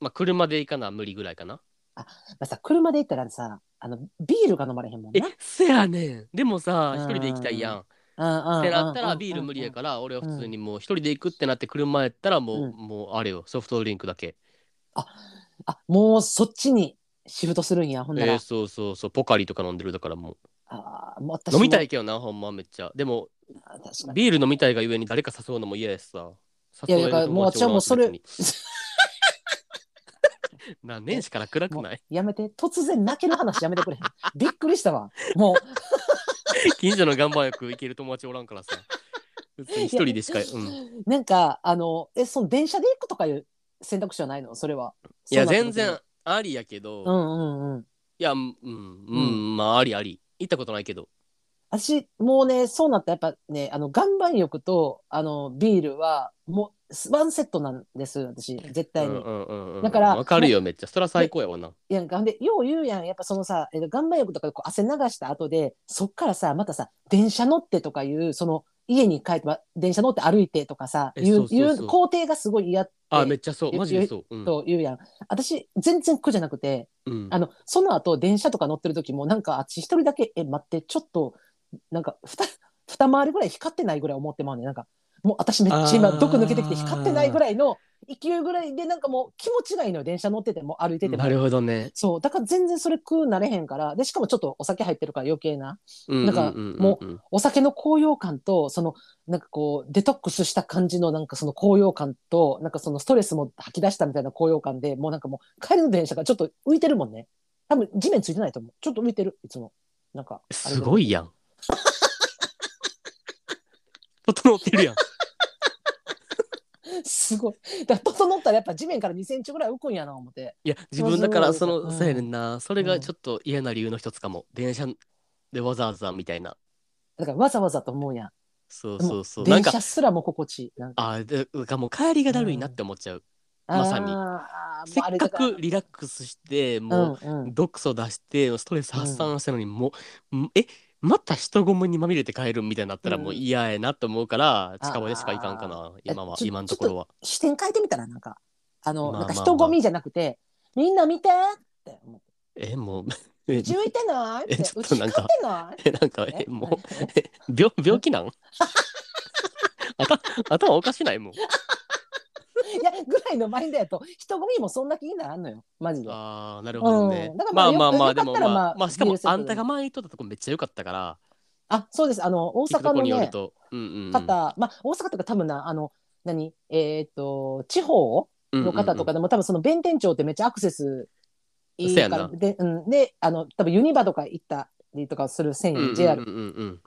Speaker 2: まあ車で行かな無理ぐらいかな
Speaker 1: まあ、さ車で行ったらさあのビールが飲まれへんもん
Speaker 2: え
Speaker 1: な
Speaker 2: せやねんでもさ
Speaker 1: うん
Speaker 2: 一人で行きたいやんっ
Speaker 1: って
Speaker 2: なったらビール無理やから俺は普通にもう一人で行くってなって車やったらもう、
Speaker 1: うん
Speaker 2: もうあれよソフトドリンクだけ
Speaker 1: あもうそっちにシフトするんやほんなら、
Speaker 2: えーそうそうそうポカリとか飲んでるだからも
Speaker 1: あーもう
Speaker 2: う
Speaker 1: 私
Speaker 2: 飲みた
Speaker 1: い
Speaker 2: いけどなほんまめっちゃでも
Speaker 1: 確かに
Speaker 2: ビール飲みたいがゆえに誰か誘うのも嫌やしさ。
Speaker 1: いやいやだからもう私はもうそれ
Speaker 2: 誘える友達 おらんし別にな年始から暗くない
Speaker 1: やめて突然泣ける話やめてく れへんびっくりしたわも
Speaker 2: 近所の岩盤浴行ける友達おらんからさ。別 に一人でしか。うん、いう
Speaker 1: なんかあのえその電車で行くとかいう選択肢はないのそれは
Speaker 2: や、
Speaker 1: そうなって
Speaker 2: 全
Speaker 1: くる
Speaker 2: 然ありやけ
Speaker 1: う
Speaker 2: ど、い
Speaker 1: んうんうん
Speaker 2: や、うん、うん、まあありあり。行ったことないけど。
Speaker 1: 私もうねそうなったらやっぱねあの岩盤浴とあのビールはもうワンセットなんです私絶対に、
Speaker 2: うんうんうんうん
Speaker 1: だから
Speaker 2: わかるよ、めっちゃ。そら最高やわな。
Speaker 1: いやんかほんでよう言うやんやっぱそのさえ岩盤浴とかでこう汗流した後でそっからさまたさ電車乗ってとかいうその家に帰ってま電車乗って歩いてとかさ
Speaker 2: え
Speaker 1: いう
Speaker 2: そうそうそう
Speaker 1: いう工程がすごい嫌って
Speaker 2: あ、めっちゃそう。マジでそう。うん。
Speaker 1: と言うやん私全然苦じゃなくて
Speaker 2: うん
Speaker 1: あのその後電車とか乗ってる時もなんかあっち一人だけえ待ってちょっとなんかふた二回りぐらい光ってないぐらい思ってまうねんなんかもう私めっちゃ今
Speaker 2: あー
Speaker 1: 毒抜けてきて光ってないぐらいの勢いぐらいでなんかもう気持ちがいいのよ電車乗ってても歩いてても
Speaker 2: な。るほどね。
Speaker 1: そう、だから全然それ食うなれへんから、で、しかもちょっとお酒入ってるから余計な、
Speaker 2: うん
Speaker 1: なんか
Speaker 2: うんうん
Speaker 1: も
Speaker 2: うんうん
Speaker 1: お酒の高揚感と、その、なんかこう、デトックスした感じのなんかその高揚感と、なんかそのストレスも吐き出したみたいな高揚感で、もうなんかもう帰りの電車がちょっと浮いてるもんね。多分地面ついてないと思う。ちょっと浮いてる、いつも。なんか。
Speaker 2: すご
Speaker 1: い。
Speaker 2: いや ん。整ってるやん。
Speaker 1: すごい。だから整ったらやっぱ地面から2センチぐらい浮くんやな、思って。
Speaker 2: いや自
Speaker 1: そう
Speaker 2: 分だから
Speaker 1: そ
Speaker 2: そう
Speaker 1: う
Speaker 2: の
Speaker 1: ん
Speaker 2: そうやねんなそれ
Speaker 1: う
Speaker 2: が
Speaker 1: ん
Speaker 2: ちょっと嫌な理由の一つかも電車でわざわざみたいな
Speaker 1: だからわざわざと思うやん。
Speaker 2: そう
Speaker 1: でも
Speaker 2: そうそうなん
Speaker 1: 電
Speaker 2: か
Speaker 1: 車すらも心地いい。なんか
Speaker 2: あーでなんかもう帰りがだるいなって思っちゃうまさに
Speaker 1: あー
Speaker 2: せ
Speaker 1: もうあ
Speaker 2: っ
Speaker 1: れ
Speaker 2: か
Speaker 1: だら
Speaker 2: くリラックスして
Speaker 1: うん
Speaker 2: も
Speaker 1: う。
Speaker 2: うん毒素出してストレス発散したのにもうんえまた人混みにまみれて帰るみたいになったらも
Speaker 1: う
Speaker 2: う
Speaker 1: ん
Speaker 2: 嫌やなと思うから
Speaker 1: あー
Speaker 2: 近場でしか行かんかな
Speaker 1: え
Speaker 2: 今は
Speaker 1: ちょ
Speaker 2: 今のところは
Speaker 1: 視点変えてみたらなんかあの、
Speaker 2: まあ
Speaker 1: なんか
Speaker 2: まあ
Speaker 1: 人混みじゃなくて、みんな見てって思う
Speaker 2: えもうえ
Speaker 1: うち浮いてないって
Speaker 2: えち
Speaker 1: う
Speaker 2: ょっと
Speaker 1: ち
Speaker 2: な
Speaker 1: 光
Speaker 2: ん
Speaker 1: っ
Speaker 2: か
Speaker 1: てない
Speaker 2: えなんかえもうえ病病気なん頭頭おかしないもん
Speaker 1: いやぐらいのマインドやと人混みもそんな気にならんのよマジで
Speaker 2: ああ、なるほどね
Speaker 1: うんだか。らま
Speaker 2: ま
Speaker 1: あ
Speaker 2: あまあまあ、
Speaker 1: よ
Speaker 2: で
Speaker 1: かっ
Speaker 2: も
Speaker 1: たら
Speaker 2: ま
Speaker 1: ま
Speaker 2: あ、
Speaker 1: あ
Speaker 2: まあ、しか
Speaker 1: ビー
Speaker 2: も
Speaker 1: ルセッ
Speaker 2: あ
Speaker 1: トで
Speaker 2: んたが前に行っとったとこめっちゃ良かったから、
Speaker 1: あそうですあの大
Speaker 2: 行くと
Speaker 1: 阪
Speaker 2: こ
Speaker 1: の
Speaker 2: による
Speaker 1: ね
Speaker 2: と。うんうんうん
Speaker 1: 方、まあ大阪とか多分なあの何えっ、と地方の方とかでも、多分その弁天町ってめっちゃアクセスいいから
Speaker 2: そ
Speaker 1: で,、うん、であの多分ユニバとか行ったりとかする線、
Speaker 2: うんうんうんうん、
Speaker 1: JR
Speaker 2: うんうんうん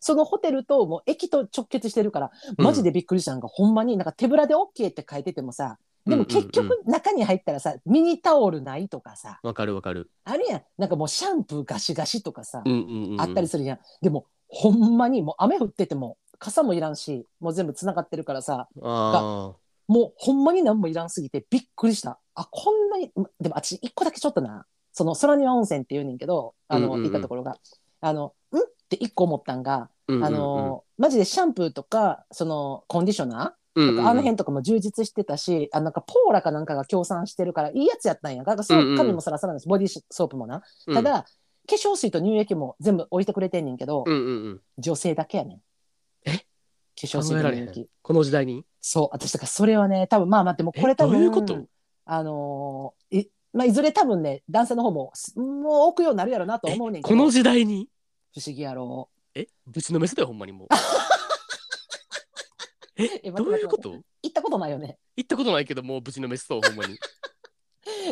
Speaker 1: そのホテルともう駅と直結してるから、
Speaker 2: うん
Speaker 1: マジでびっくりしたのが、ほんまになんか手ぶらで OK って書いててもさ、でも結
Speaker 2: うんうん
Speaker 1: 局中に入ったらさ、ミニタオルないとかさ、
Speaker 2: わかるわかる。
Speaker 1: あるやん。なんかもうシャンプーガシガシとかさ
Speaker 2: う、んうんうん、
Speaker 1: あったりするやん。でも、ほんまにもう雨降ってても、傘もいらんし、もう全部繋がってるからさ、
Speaker 2: あ
Speaker 1: もうほんまに何もいらんすぎてびっくりした。あ、こんなに、でも私一個だけちょっとな、その空庭温泉って言うねんけど、あの、
Speaker 2: うんうんうん
Speaker 1: 行ったところが、あの、んって一個思ったんが、
Speaker 2: ー
Speaker 1: あのマジでシャンプーとかそのコンディショナ
Speaker 2: うん
Speaker 1: ーと
Speaker 2: うんうん
Speaker 1: か、あの辺とかも充実してたしあなんかポーラかなんかが協賛してるからいいやつやったんやだからそう
Speaker 2: うんうん
Speaker 1: 髪もサラサラなんですボディーソープもな、
Speaker 2: うん
Speaker 1: た、だ化粧水と乳液も全部置いてくれてんねんけど、
Speaker 2: うんうんうん、
Speaker 1: 女性だけやねん
Speaker 2: え
Speaker 1: 化粧水
Speaker 2: 考え
Speaker 1: と
Speaker 2: られへ
Speaker 1: 乳
Speaker 2: ん
Speaker 1: 液。
Speaker 2: この時代に。
Speaker 1: そう私だからそれはね多分まあ待ってもうこれ
Speaker 2: えど
Speaker 1: 多
Speaker 2: う
Speaker 1: 分
Speaker 2: いうこと
Speaker 1: あのーいまあ、いずれ多分ね男性の方もすもう置くようになるやろなと思うねんけ
Speaker 2: こ
Speaker 1: ど
Speaker 2: の時代に。
Speaker 1: 不思議やろ
Speaker 2: え、ぶちのめせだよ、ほんまにもう。
Speaker 1: う。え
Speaker 2: どうい
Speaker 1: 待って待って待
Speaker 2: うこ
Speaker 1: って
Speaker 2: と
Speaker 1: 行ったことないよね。
Speaker 2: 行ったことないけど、もうぶちのめせそう、ほんま に。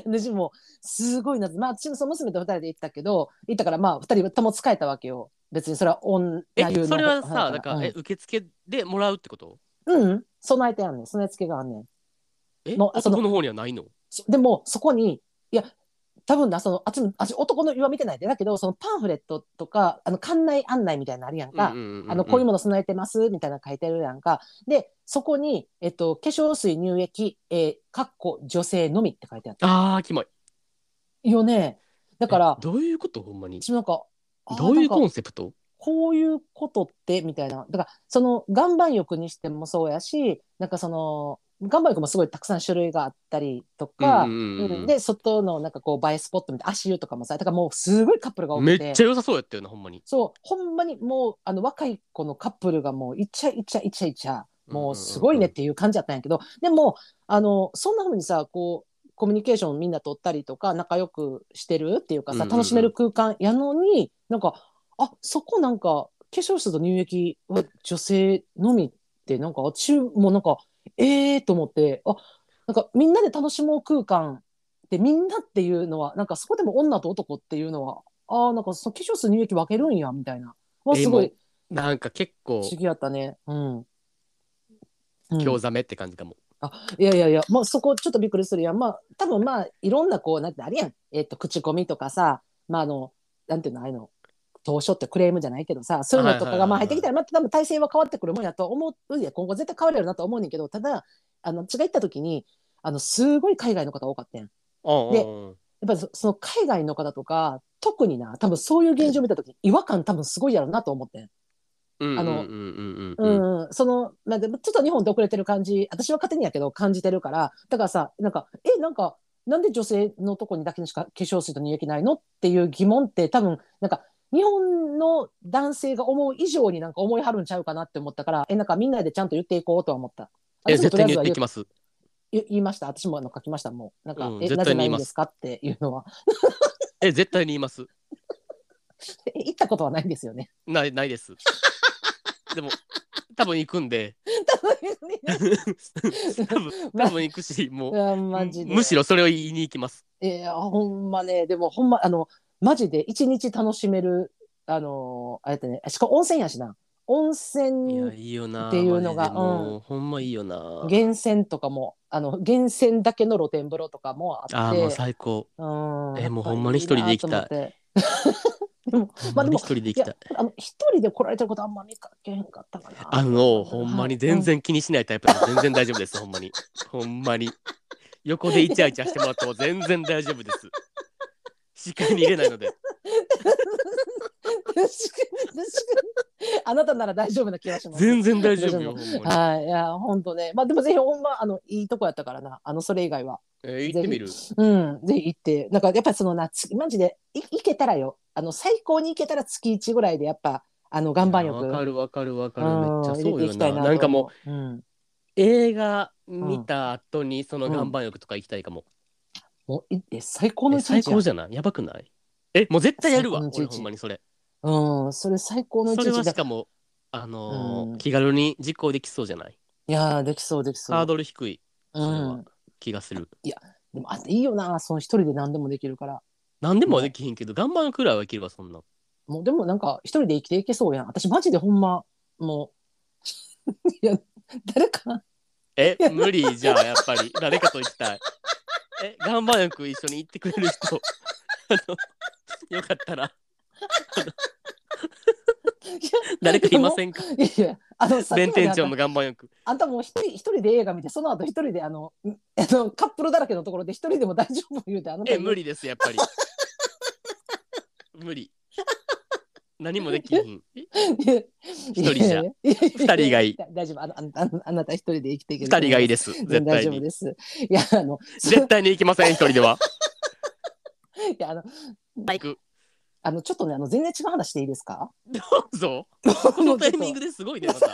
Speaker 1: 私もすごいな、まあ、私もその娘と二人で行ったけど行ったからまあ二人とも使えたわけよ別にそれは女
Speaker 2: え
Speaker 1: 優、の
Speaker 2: それは
Speaker 1: 方
Speaker 2: さ、
Speaker 1: や
Speaker 2: だから、
Speaker 1: う
Speaker 2: え、受付でもらうってこと
Speaker 1: ん、うん、備えてあんねん備え付けがあんねん
Speaker 2: え、
Speaker 1: のその
Speaker 2: 男の方にはないの
Speaker 1: そでもそこにいや多分な、その、あっちも、あっち男の岩見てないで、だけど、そのパンフレットとか、あの、館内案内みたいなのあるやんか、あの、こういう
Speaker 2: も
Speaker 1: もの備えてます、みたいなの書いてるやんか。で、そこに、えっと、化粧水乳液、えー、かっこ女性のみって書いてあった。
Speaker 2: あーキモい
Speaker 1: よね。だから
Speaker 2: え、どういうことほんまに
Speaker 1: 私もなんか、あー
Speaker 2: どういう
Speaker 1: なん
Speaker 2: コ
Speaker 1: か
Speaker 2: ンセプト
Speaker 1: こういうことって、みたいな。だから、その、岩盤浴にしてもそうやし、なんかその、岩盤浴もすごいたくさん種類があったりとか、
Speaker 2: うんうんうんうん
Speaker 1: で、外のなんかこう、映えスポットみたいな、足湯とかもさ、だからもうすごいカップルが多く
Speaker 2: め
Speaker 1: て。
Speaker 2: っちゃ良さそうやったよなほんまに
Speaker 1: そう、ほんまにもう、あの、若い子のカップルがもう、イチャイチャイチャイチャ、もうすごいねっていう感じだったんやけど、でも、あの、そんな風にさ、こう、コミュニケーションをみんな取ったりとか、仲良くしてるっていうか
Speaker 2: うん
Speaker 1: さ、
Speaker 2: うんうん
Speaker 1: 楽しめる空間やのに、なんか、あ、そこなんか、化粧室と乳液は女性のみって、なんか、私もなんか、ええー、と思って、あ、なんか、みんなで楽しもう空間でみんなっていうのはなんかそこでも女と男っていうのはああなんかその化粧水乳液分けるんやみたいなは
Speaker 2: え
Speaker 1: すご
Speaker 2: も
Speaker 1: い
Speaker 2: なんか結構
Speaker 1: 不思議やったね。うん。うん
Speaker 2: 興ざめって感じかも
Speaker 1: いやいやいや、まあ、そこちょっとびっくりするやん。まあ、多分まあ、いろんなこう、なんてあれやん。えっ、と、口コミとかさ、まあ、あの、なんていうの、ああいうの、当初ってクレームじゃないけどさ、そういうのとかがまあ
Speaker 2: はいはいはいは
Speaker 1: 入
Speaker 2: い
Speaker 1: ってきたら、また多分体制は変わってくるもんやと思うんや。今後絶対変わるやろなと思うねんけど、ただ、あの、違った時に、あの、すごい海外の方多かったやん。
Speaker 2: うん
Speaker 1: で
Speaker 2: うんうん
Speaker 1: やっぱりそその海外の方とか特にな多分そういう現状を見た時に違和感多分すごいやろうなと思ってん、
Speaker 2: うん
Speaker 1: あの
Speaker 2: うんう
Speaker 1: う
Speaker 2: んうんうん
Speaker 1: んそのまあでもちょっと日本で遅れてる感じ私は勝手にやけど感じてるからだからさなんかえなんかなんで女性のとこにだけにしか化粧水と乳液ないのっていう疑問って多分なんか日本の男性が思う以上になんか思いはるんちゃうかなって思ったからえなんかみんなでちゃんと言っていこうとは思った。
Speaker 2: え
Speaker 1: 私も
Speaker 2: 絶
Speaker 1: とり
Speaker 2: 対
Speaker 1: あえずは
Speaker 2: に言って
Speaker 1: 言う
Speaker 2: きます
Speaker 1: 言言いました私もあの書きましたもうなんか、
Speaker 2: うん
Speaker 1: え
Speaker 2: 絶対
Speaker 1: なぜな
Speaker 2: に言
Speaker 1: い
Speaker 2: い
Speaker 1: ん
Speaker 2: ます
Speaker 1: ですかっていうのは
Speaker 2: え絶対に言います
Speaker 1: え言ったことはないんですよね。
Speaker 2: ないないです でも多分行くんで多分多分行くしもう
Speaker 1: いやマジで
Speaker 2: むしろそれを言いに行きます
Speaker 1: いやほんまねでもほんまあのマジで一日楽しめるあのあれだねしかも温泉やしな温
Speaker 2: いや
Speaker 1: 泉
Speaker 2: いいよな
Speaker 1: っていうのが
Speaker 2: マジでもうほんまいいよな
Speaker 1: 源泉とかもあの源泉だけの露天風呂とかもあって
Speaker 2: あーもう最高
Speaker 1: うん
Speaker 2: えもうほんまに一人で行きたい
Speaker 1: やっぱりいいなと思ってでもま
Speaker 2: ほ
Speaker 1: あ
Speaker 2: ん
Speaker 1: で
Speaker 2: まに
Speaker 1: も
Speaker 2: 一人で行きたい
Speaker 1: あの一人で来られてることあんま見かけへんかったかな
Speaker 2: あのほんまに全然気にしないタイプなんで全然大丈夫ですほん まにほんまに横でイチャイチャしてもらっても全然大丈夫です視界に入れないの で
Speaker 1: 確かに確かに あなたなら大丈夫な気がします
Speaker 2: 全然大丈夫よほんまに、
Speaker 1: はい、いや、本当ね、まあ、でもぜひ、ほんま、あの、いいとこやったからな、あの、それ以外は。
Speaker 2: えー行ってみる
Speaker 1: うん、ぜひ行って、なんか、やっぱり、そのな、つ、マジで、い、行けたらよ、あの、最高に行けたら、月一ぐらいで、やっぱ、あの、岩盤浴。
Speaker 2: わかるわかるわかる
Speaker 1: う
Speaker 2: めっ
Speaker 1: ん
Speaker 2: ちゃ
Speaker 1: 入れ
Speaker 2: そ
Speaker 1: て
Speaker 2: う
Speaker 1: い
Speaker 2: よ
Speaker 1: きた
Speaker 2: ない
Speaker 1: な
Speaker 2: なんかもう
Speaker 1: う。うん、
Speaker 2: 映画見た後にその岩盤浴とか行きたいかも、
Speaker 1: もう、い、え、最高の
Speaker 2: え
Speaker 1: 一日や
Speaker 2: 最高じゃないやばくないえもう絶対やるわ
Speaker 1: 最高の
Speaker 2: 俺
Speaker 1: 一日
Speaker 2: ほんまにそれ
Speaker 1: うん、それ最高の一
Speaker 2: それ
Speaker 1: 日
Speaker 2: は
Speaker 1: だ
Speaker 2: し。かもあのー
Speaker 1: うん
Speaker 2: 気軽に実行できそうじゃない
Speaker 1: いやー、できそう、できそう。
Speaker 2: ハードル低いそれ
Speaker 1: う
Speaker 2: は
Speaker 1: ん。
Speaker 2: 気がする、
Speaker 1: でも、あ、いいよな、その一人で何でもできるから。
Speaker 2: 何でもできひんけど岩盤くらいはいけるわそんな
Speaker 1: もう、でも、なんか、一人で生きていけそうやん、私、マジで、ほんま、もう。 いや、誰か。
Speaker 2: え無理じゃあやっぱり 誰かと行きたいえ岩盤浴一緒に行ってくれる 人あのよかったら誰かいませんか
Speaker 1: いやいや、あの、さっき
Speaker 2: 弁
Speaker 1: まで
Speaker 2: 天
Speaker 1: あん
Speaker 2: 町
Speaker 1: た
Speaker 2: の岩盤浴
Speaker 1: あんたもう一人一人で映画見て、その後一人であの、んあの、カップルだらけのところで一人でも大丈夫言うて、あの、
Speaker 2: え無理ですやっぱり無理何もできひ ん
Speaker 1: 一
Speaker 2: 人じゃ。
Speaker 1: 二
Speaker 2: 人がいい。
Speaker 1: 大丈夫。あの、あのあのあなた一人で生きていけ
Speaker 2: 二
Speaker 1: る。
Speaker 2: 人がいい
Speaker 1: で
Speaker 2: です絶
Speaker 1: 大
Speaker 2: 対
Speaker 1: 丈夫
Speaker 2: に
Speaker 1: です。いや、あの、
Speaker 2: 絶対に行きません一人で は
Speaker 1: いや、あの、
Speaker 2: バイク
Speaker 1: あの、ちょっとね、あの、全然違う話でいいですか
Speaker 2: どうぞ
Speaker 1: こ
Speaker 2: このタイミングですごいねまた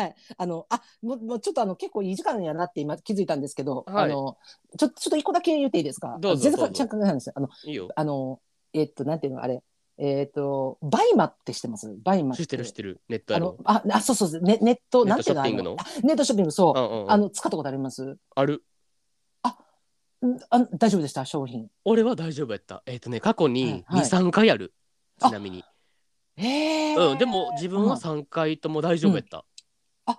Speaker 1: はい、あの、あ、もう、もうちょっと、あの、結構いい時間やなって、今気づいたんですけど、
Speaker 2: はい
Speaker 1: あの。ちょ、ちょっと一個だけ言っていいですか。
Speaker 2: どうぞ
Speaker 1: あの全
Speaker 2: どう
Speaker 1: 然、
Speaker 2: ぞ
Speaker 1: ちゃんと考えないです。あの、
Speaker 2: いいよ
Speaker 1: あの、えっと、なんていうの、あれ。えっと、バイマってしてます。バイマ
Speaker 2: 知ってる知ってるネット
Speaker 1: あ
Speaker 2: や
Speaker 1: の
Speaker 2: ろ、
Speaker 1: あ、あ、そうそうそう、ネ、ネット、
Speaker 2: ネ
Speaker 1: な
Speaker 2: ッ
Speaker 1: んて
Speaker 2: トシ
Speaker 1: いう
Speaker 2: ョ
Speaker 1: の、
Speaker 2: ッ
Speaker 1: あ
Speaker 2: ピングの
Speaker 1: の。あネットショッピング、そうう、
Speaker 2: んうんうん
Speaker 1: あの、使ったことあります。ん
Speaker 2: ある
Speaker 1: あ、大丈夫でした、商品。
Speaker 2: 俺は大丈夫やったえっ、とね過去に
Speaker 1: はいはい
Speaker 2: 23、回あるちなみに
Speaker 1: へえ。
Speaker 2: うんでも自分は
Speaker 1: うん
Speaker 2: 3回とも大丈夫やった、
Speaker 1: はあ。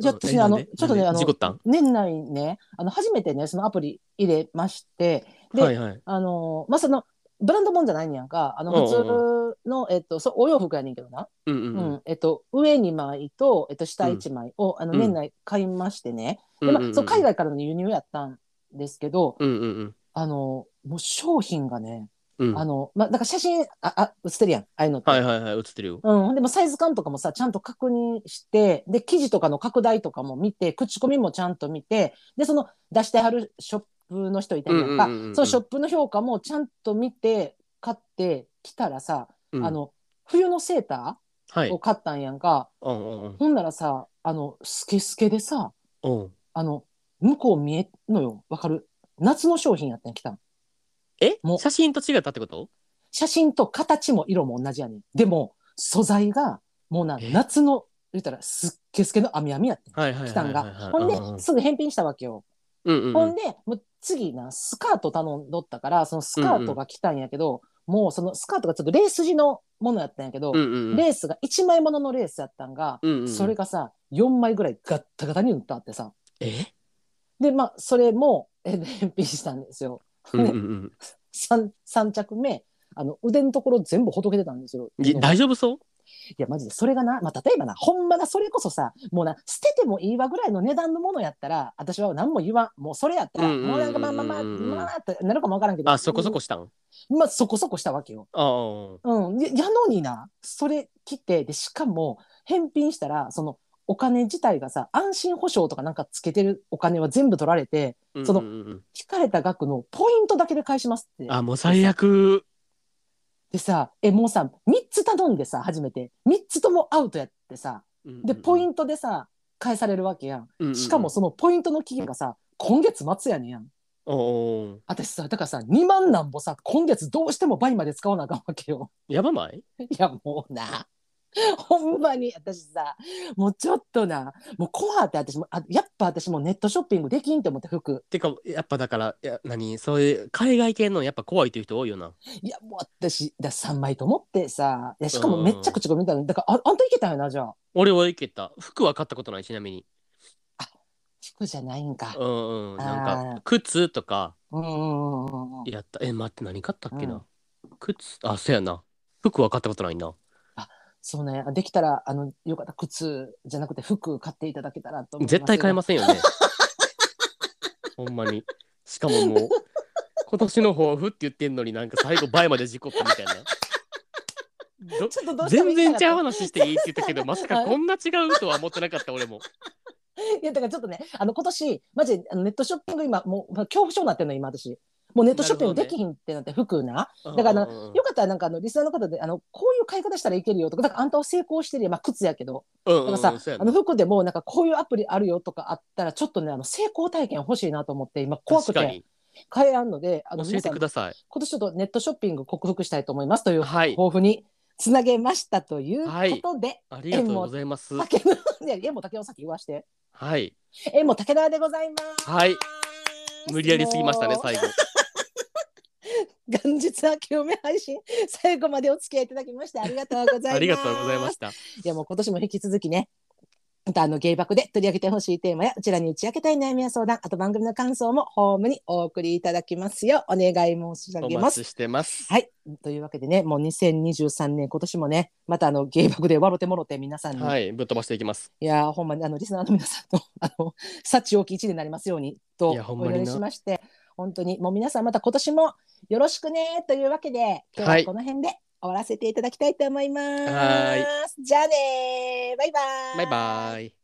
Speaker 1: じゃあ
Speaker 2: うん
Speaker 1: 私ね、あの、
Speaker 2: えなん
Speaker 1: ち
Speaker 2: で
Speaker 1: ょっとね、
Speaker 2: な
Speaker 1: あ
Speaker 2: んで
Speaker 1: の
Speaker 2: 事故ったん、
Speaker 1: 年内ね、あの、初めてね、そのアプリ入れまして、で、
Speaker 2: はいはい。
Speaker 1: あの、まあ、その、ブランドもんじゃないんやんか、あの、
Speaker 2: うん
Speaker 1: 普通の、えっと、そう、お洋服やねんけどな。
Speaker 2: うん
Speaker 1: う
Speaker 2: うんうん
Speaker 1: ん。えっと、上2枚と、えっと、下1枚を、あの、
Speaker 2: うん
Speaker 1: 年内買いましてね。
Speaker 2: う
Speaker 1: で
Speaker 2: ん
Speaker 1: ま
Speaker 2: う
Speaker 1: あ
Speaker 2: んうん。
Speaker 1: そう、海外からの輸入やったんですけど、
Speaker 2: うんうん
Speaker 1: あの、もう商品がね、
Speaker 2: うん。うん
Speaker 1: あの、まあ、だから写真、あ、あ、写ってるやん、ああいうのって。
Speaker 2: はいはいはい、映ってるよ。
Speaker 1: うん。でもサイズ感とかもさ、ちゃんと確認して、で、記事とかの拡大とかも見て、口コミもちゃんと見て、で、その出してはるショップの人いたりとか、
Speaker 2: うんうんうんうん
Speaker 1: そのショップの評価もちゃんと見て、買ってきたらさ、
Speaker 2: うん
Speaker 1: あ、の、冬のセータ
Speaker 2: は
Speaker 1: ー
Speaker 2: い。
Speaker 1: を買ったんやんか、
Speaker 2: うんうんうん
Speaker 1: ほんならさ、あの、スケスケでさ、
Speaker 2: うん。
Speaker 1: あの、向こう見えんのよ、わかる夏の商品やったんや来たん。
Speaker 2: え
Speaker 1: もう
Speaker 2: 写真と違ったってこと
Speaker 1: 写真と形も色も同じやねん。でも、素材が、もうな、
Speaker 2: え
Speaker 1: 夏の、言ったら、すっげすけの網網やってん。
Speaker 2: はいはいはいはいはい。
Speaker 1: 来たんが。ほ
Speaker 2: うん
Speaker 1: で、すぐ返品したわけよ。
Speaker 2: うんうんうん
Speaker 1: ほんで、もう次な、スカート頼んどったから、そのスカートが来たんやけど、もうそのスカートがちょっとレース地のものやったんやけど、
Speaker 2: うんうんうん
Speaker 1: レースが1枚もののレースやったんが、
Speaker 2: うんうんうん
Speaker 1: それがさ、4枚ぐらいガッタガタに塗ったってさ。
Speaker 2: え
Speaker 1: で、まあ、それも、え返品したんですよ。
Speaker 2: うんうんうん
Speaker 1: 三三着目あの腕のところ全部ほどけてたんですよ。
Speaker 2: い
Speaker 1: い
Speaker 2: 大丈夫そう
Speaker 1: やマジでそれがな、まあ、例えばなほんまなそれこそさもうな捨ててもいいわぐらいの値段のものやったら私は何も言わんもうそれやったら
Speaker 2: うんうんうん
Speaker 1: もうなんかまあまあまあまあってなるかもわからんけど
Speaker 2: あ、そこそこしたん
Speaker 1: まあそこそこしたわけよ。
Speaker 2: ああ。
Speaker 1: うん、ややのになそれ来てでしかも返品したらそのお金自体がさ安心保証とかなんかつけてるお金は全部取られて
Speaker 2: うん
Speaker 1: その
Speaker 2: うんうん
Speaker 1: 引かれた額のポイントだけで返しますって。
Speaker 2: あ、もう最悪。
Speaker 1: でさ、え、もうさ、3つ頼んでさ、初めて。3つともアウトやってさ、で、ポイ
Speaker 2: ン
Speaker 1: ントでさ、返されるわけやん。
Speaker 2: ト
Speaker 1: しかも、そのポイントの期限がさ、今月末やねんやん。
Speaker 2: おうおう
Speaker 1: 私さ、だからさ、2万なんぼさ、今月どうしても倍まで使わなあかんわけよ。
Speaker 2: やばない
Speaker 1: いや、もうな。ほんまに私さもうちょっとなもうコアって私もあやっぱ私もネットショッピングできんって思って服
Speaker 2: てかやっぱだからいや何そういう海外系のやっぱ怖いっていう人多いよない
Speaker 1: やもう私だ3枚と思ってさいやしかもめっちゃ口コミみたいなだからああんたいけたんやなじゃあ
Speaker 2: 俺はいけた服は買ったことないちなみに
Speaker 1: 服じゃないんか
Speaker 2: うんうん
Speaker 1: あ
Speaker 2: なん
Speaker 1: ー
Speaker 2: か靴とか
Speaker 1: うんうんうんうんうん
Speaker 2: やったえ待って何買ったっけ
Speaker 1: う
Speaker 2: な靴あそうやな服は買ったことないな
Speaker 1: そうね、あできたら、あの、よかった、靴じゃなくて服買っていただけたらと思います。。
Speaker 2: 絶対買えますせんよね ほんまにしかももう今年の抱負って言ってんのになんか最後倍まで事故ったみたいなど
Speaker 1: ちょっとどうしても行き
Speaker 2: 全
Speaker 1: たかっ
Speaker 2: 然違う
Speaker 1: た
Speaker 2: 話していいって言ったけどまさかこんな違うとは思ってなかった俺も
Speaker 1: いや、だからちょっとね、あの、今年、マジであのネットショッピング今、もう、まあ恐怖症になってるの、今私。もうネットショッピングできひんってなって、服な。だからな
Speaker 2: うんうんうん
Speaker 1: よかったら、なんかあの、リスナーの方で、あの、こういう買い方したらいけるよとか、だからあんたは成功してるよ。まあ、靴やけど。
Speaker 2: うん
Speaker 1: だか
Speaker 2: うんう
Speaker 1: ら
Speaker 2: ん
Speaker 1: さ、
Speaker 2: そうや
Speaker 1: あの、
Speaker 2: な
Speaker 1: 服でも、なんかこういうアプリあるよとかあったら、ちょっとね、あの、成功体験欲しいなと思って、今、怖く
Speaker 2: 確か
Speaker 1: て
Speaker 2: に
Speaker 1: 買えあんので、あの、
Speaker 2: 教えてください。
Speaker 1: 今年ちょっとネットショッピング克服したいと思いますという
Speaker 2: はい
Speaker 1: 抱負につなげましたということで、
Speaker 2: ありがとうございます。
Speaker 1: 竹のねえも竹を先言わして
Speaker 2: はい。
Speaker 1: えも竹田でございます
Speaker 2: はい無理やりすぎましたね、
Speaker 1: もう
Speaker 2: 最後。
Speaker 1: 元日明けおめ配信最後までお付き合いいただきましてありがとうございます
Speaker 2: ありがとうござい ました。
Speaker 1: いやもう今年も引き続きねまたあの芸爆で取り上げてほしいテーマやうちらに打ち明けたい悩みや相談あと番組の感想もホームにお送りいただきますようお願い申し上
Speaker 2: お
Speaker 1: げます
Speaker 2: 待ちしてます。
Speaker 1: はい。というわけでね、もう2023年、今年もね、またあの、芸爆で笑ってもろて、皆さんに。、
Speaker 2: はいい、ぶっ飛ばしていきます。
Speaker 1: やー、ほんまに、あの、リスナーの皆さんと、 あの、幸多き一年になりますように、と、
Speaker 2: いやほん
Speaker 1: お
Speaker 2: まにな
Speaker 1: 祈りしまして、本当に、もう皆さんまた今年もよろしくね、というわけで、今
Speaker 2: は
Speaker 1: 日
Speaker 2: い
Speaker 1: はこの辺で終わらせていただきたいと思います。
Speaker 2: は
Speaker 1: じゃあねーバイバーイ。
Speaker 2: バイバイ。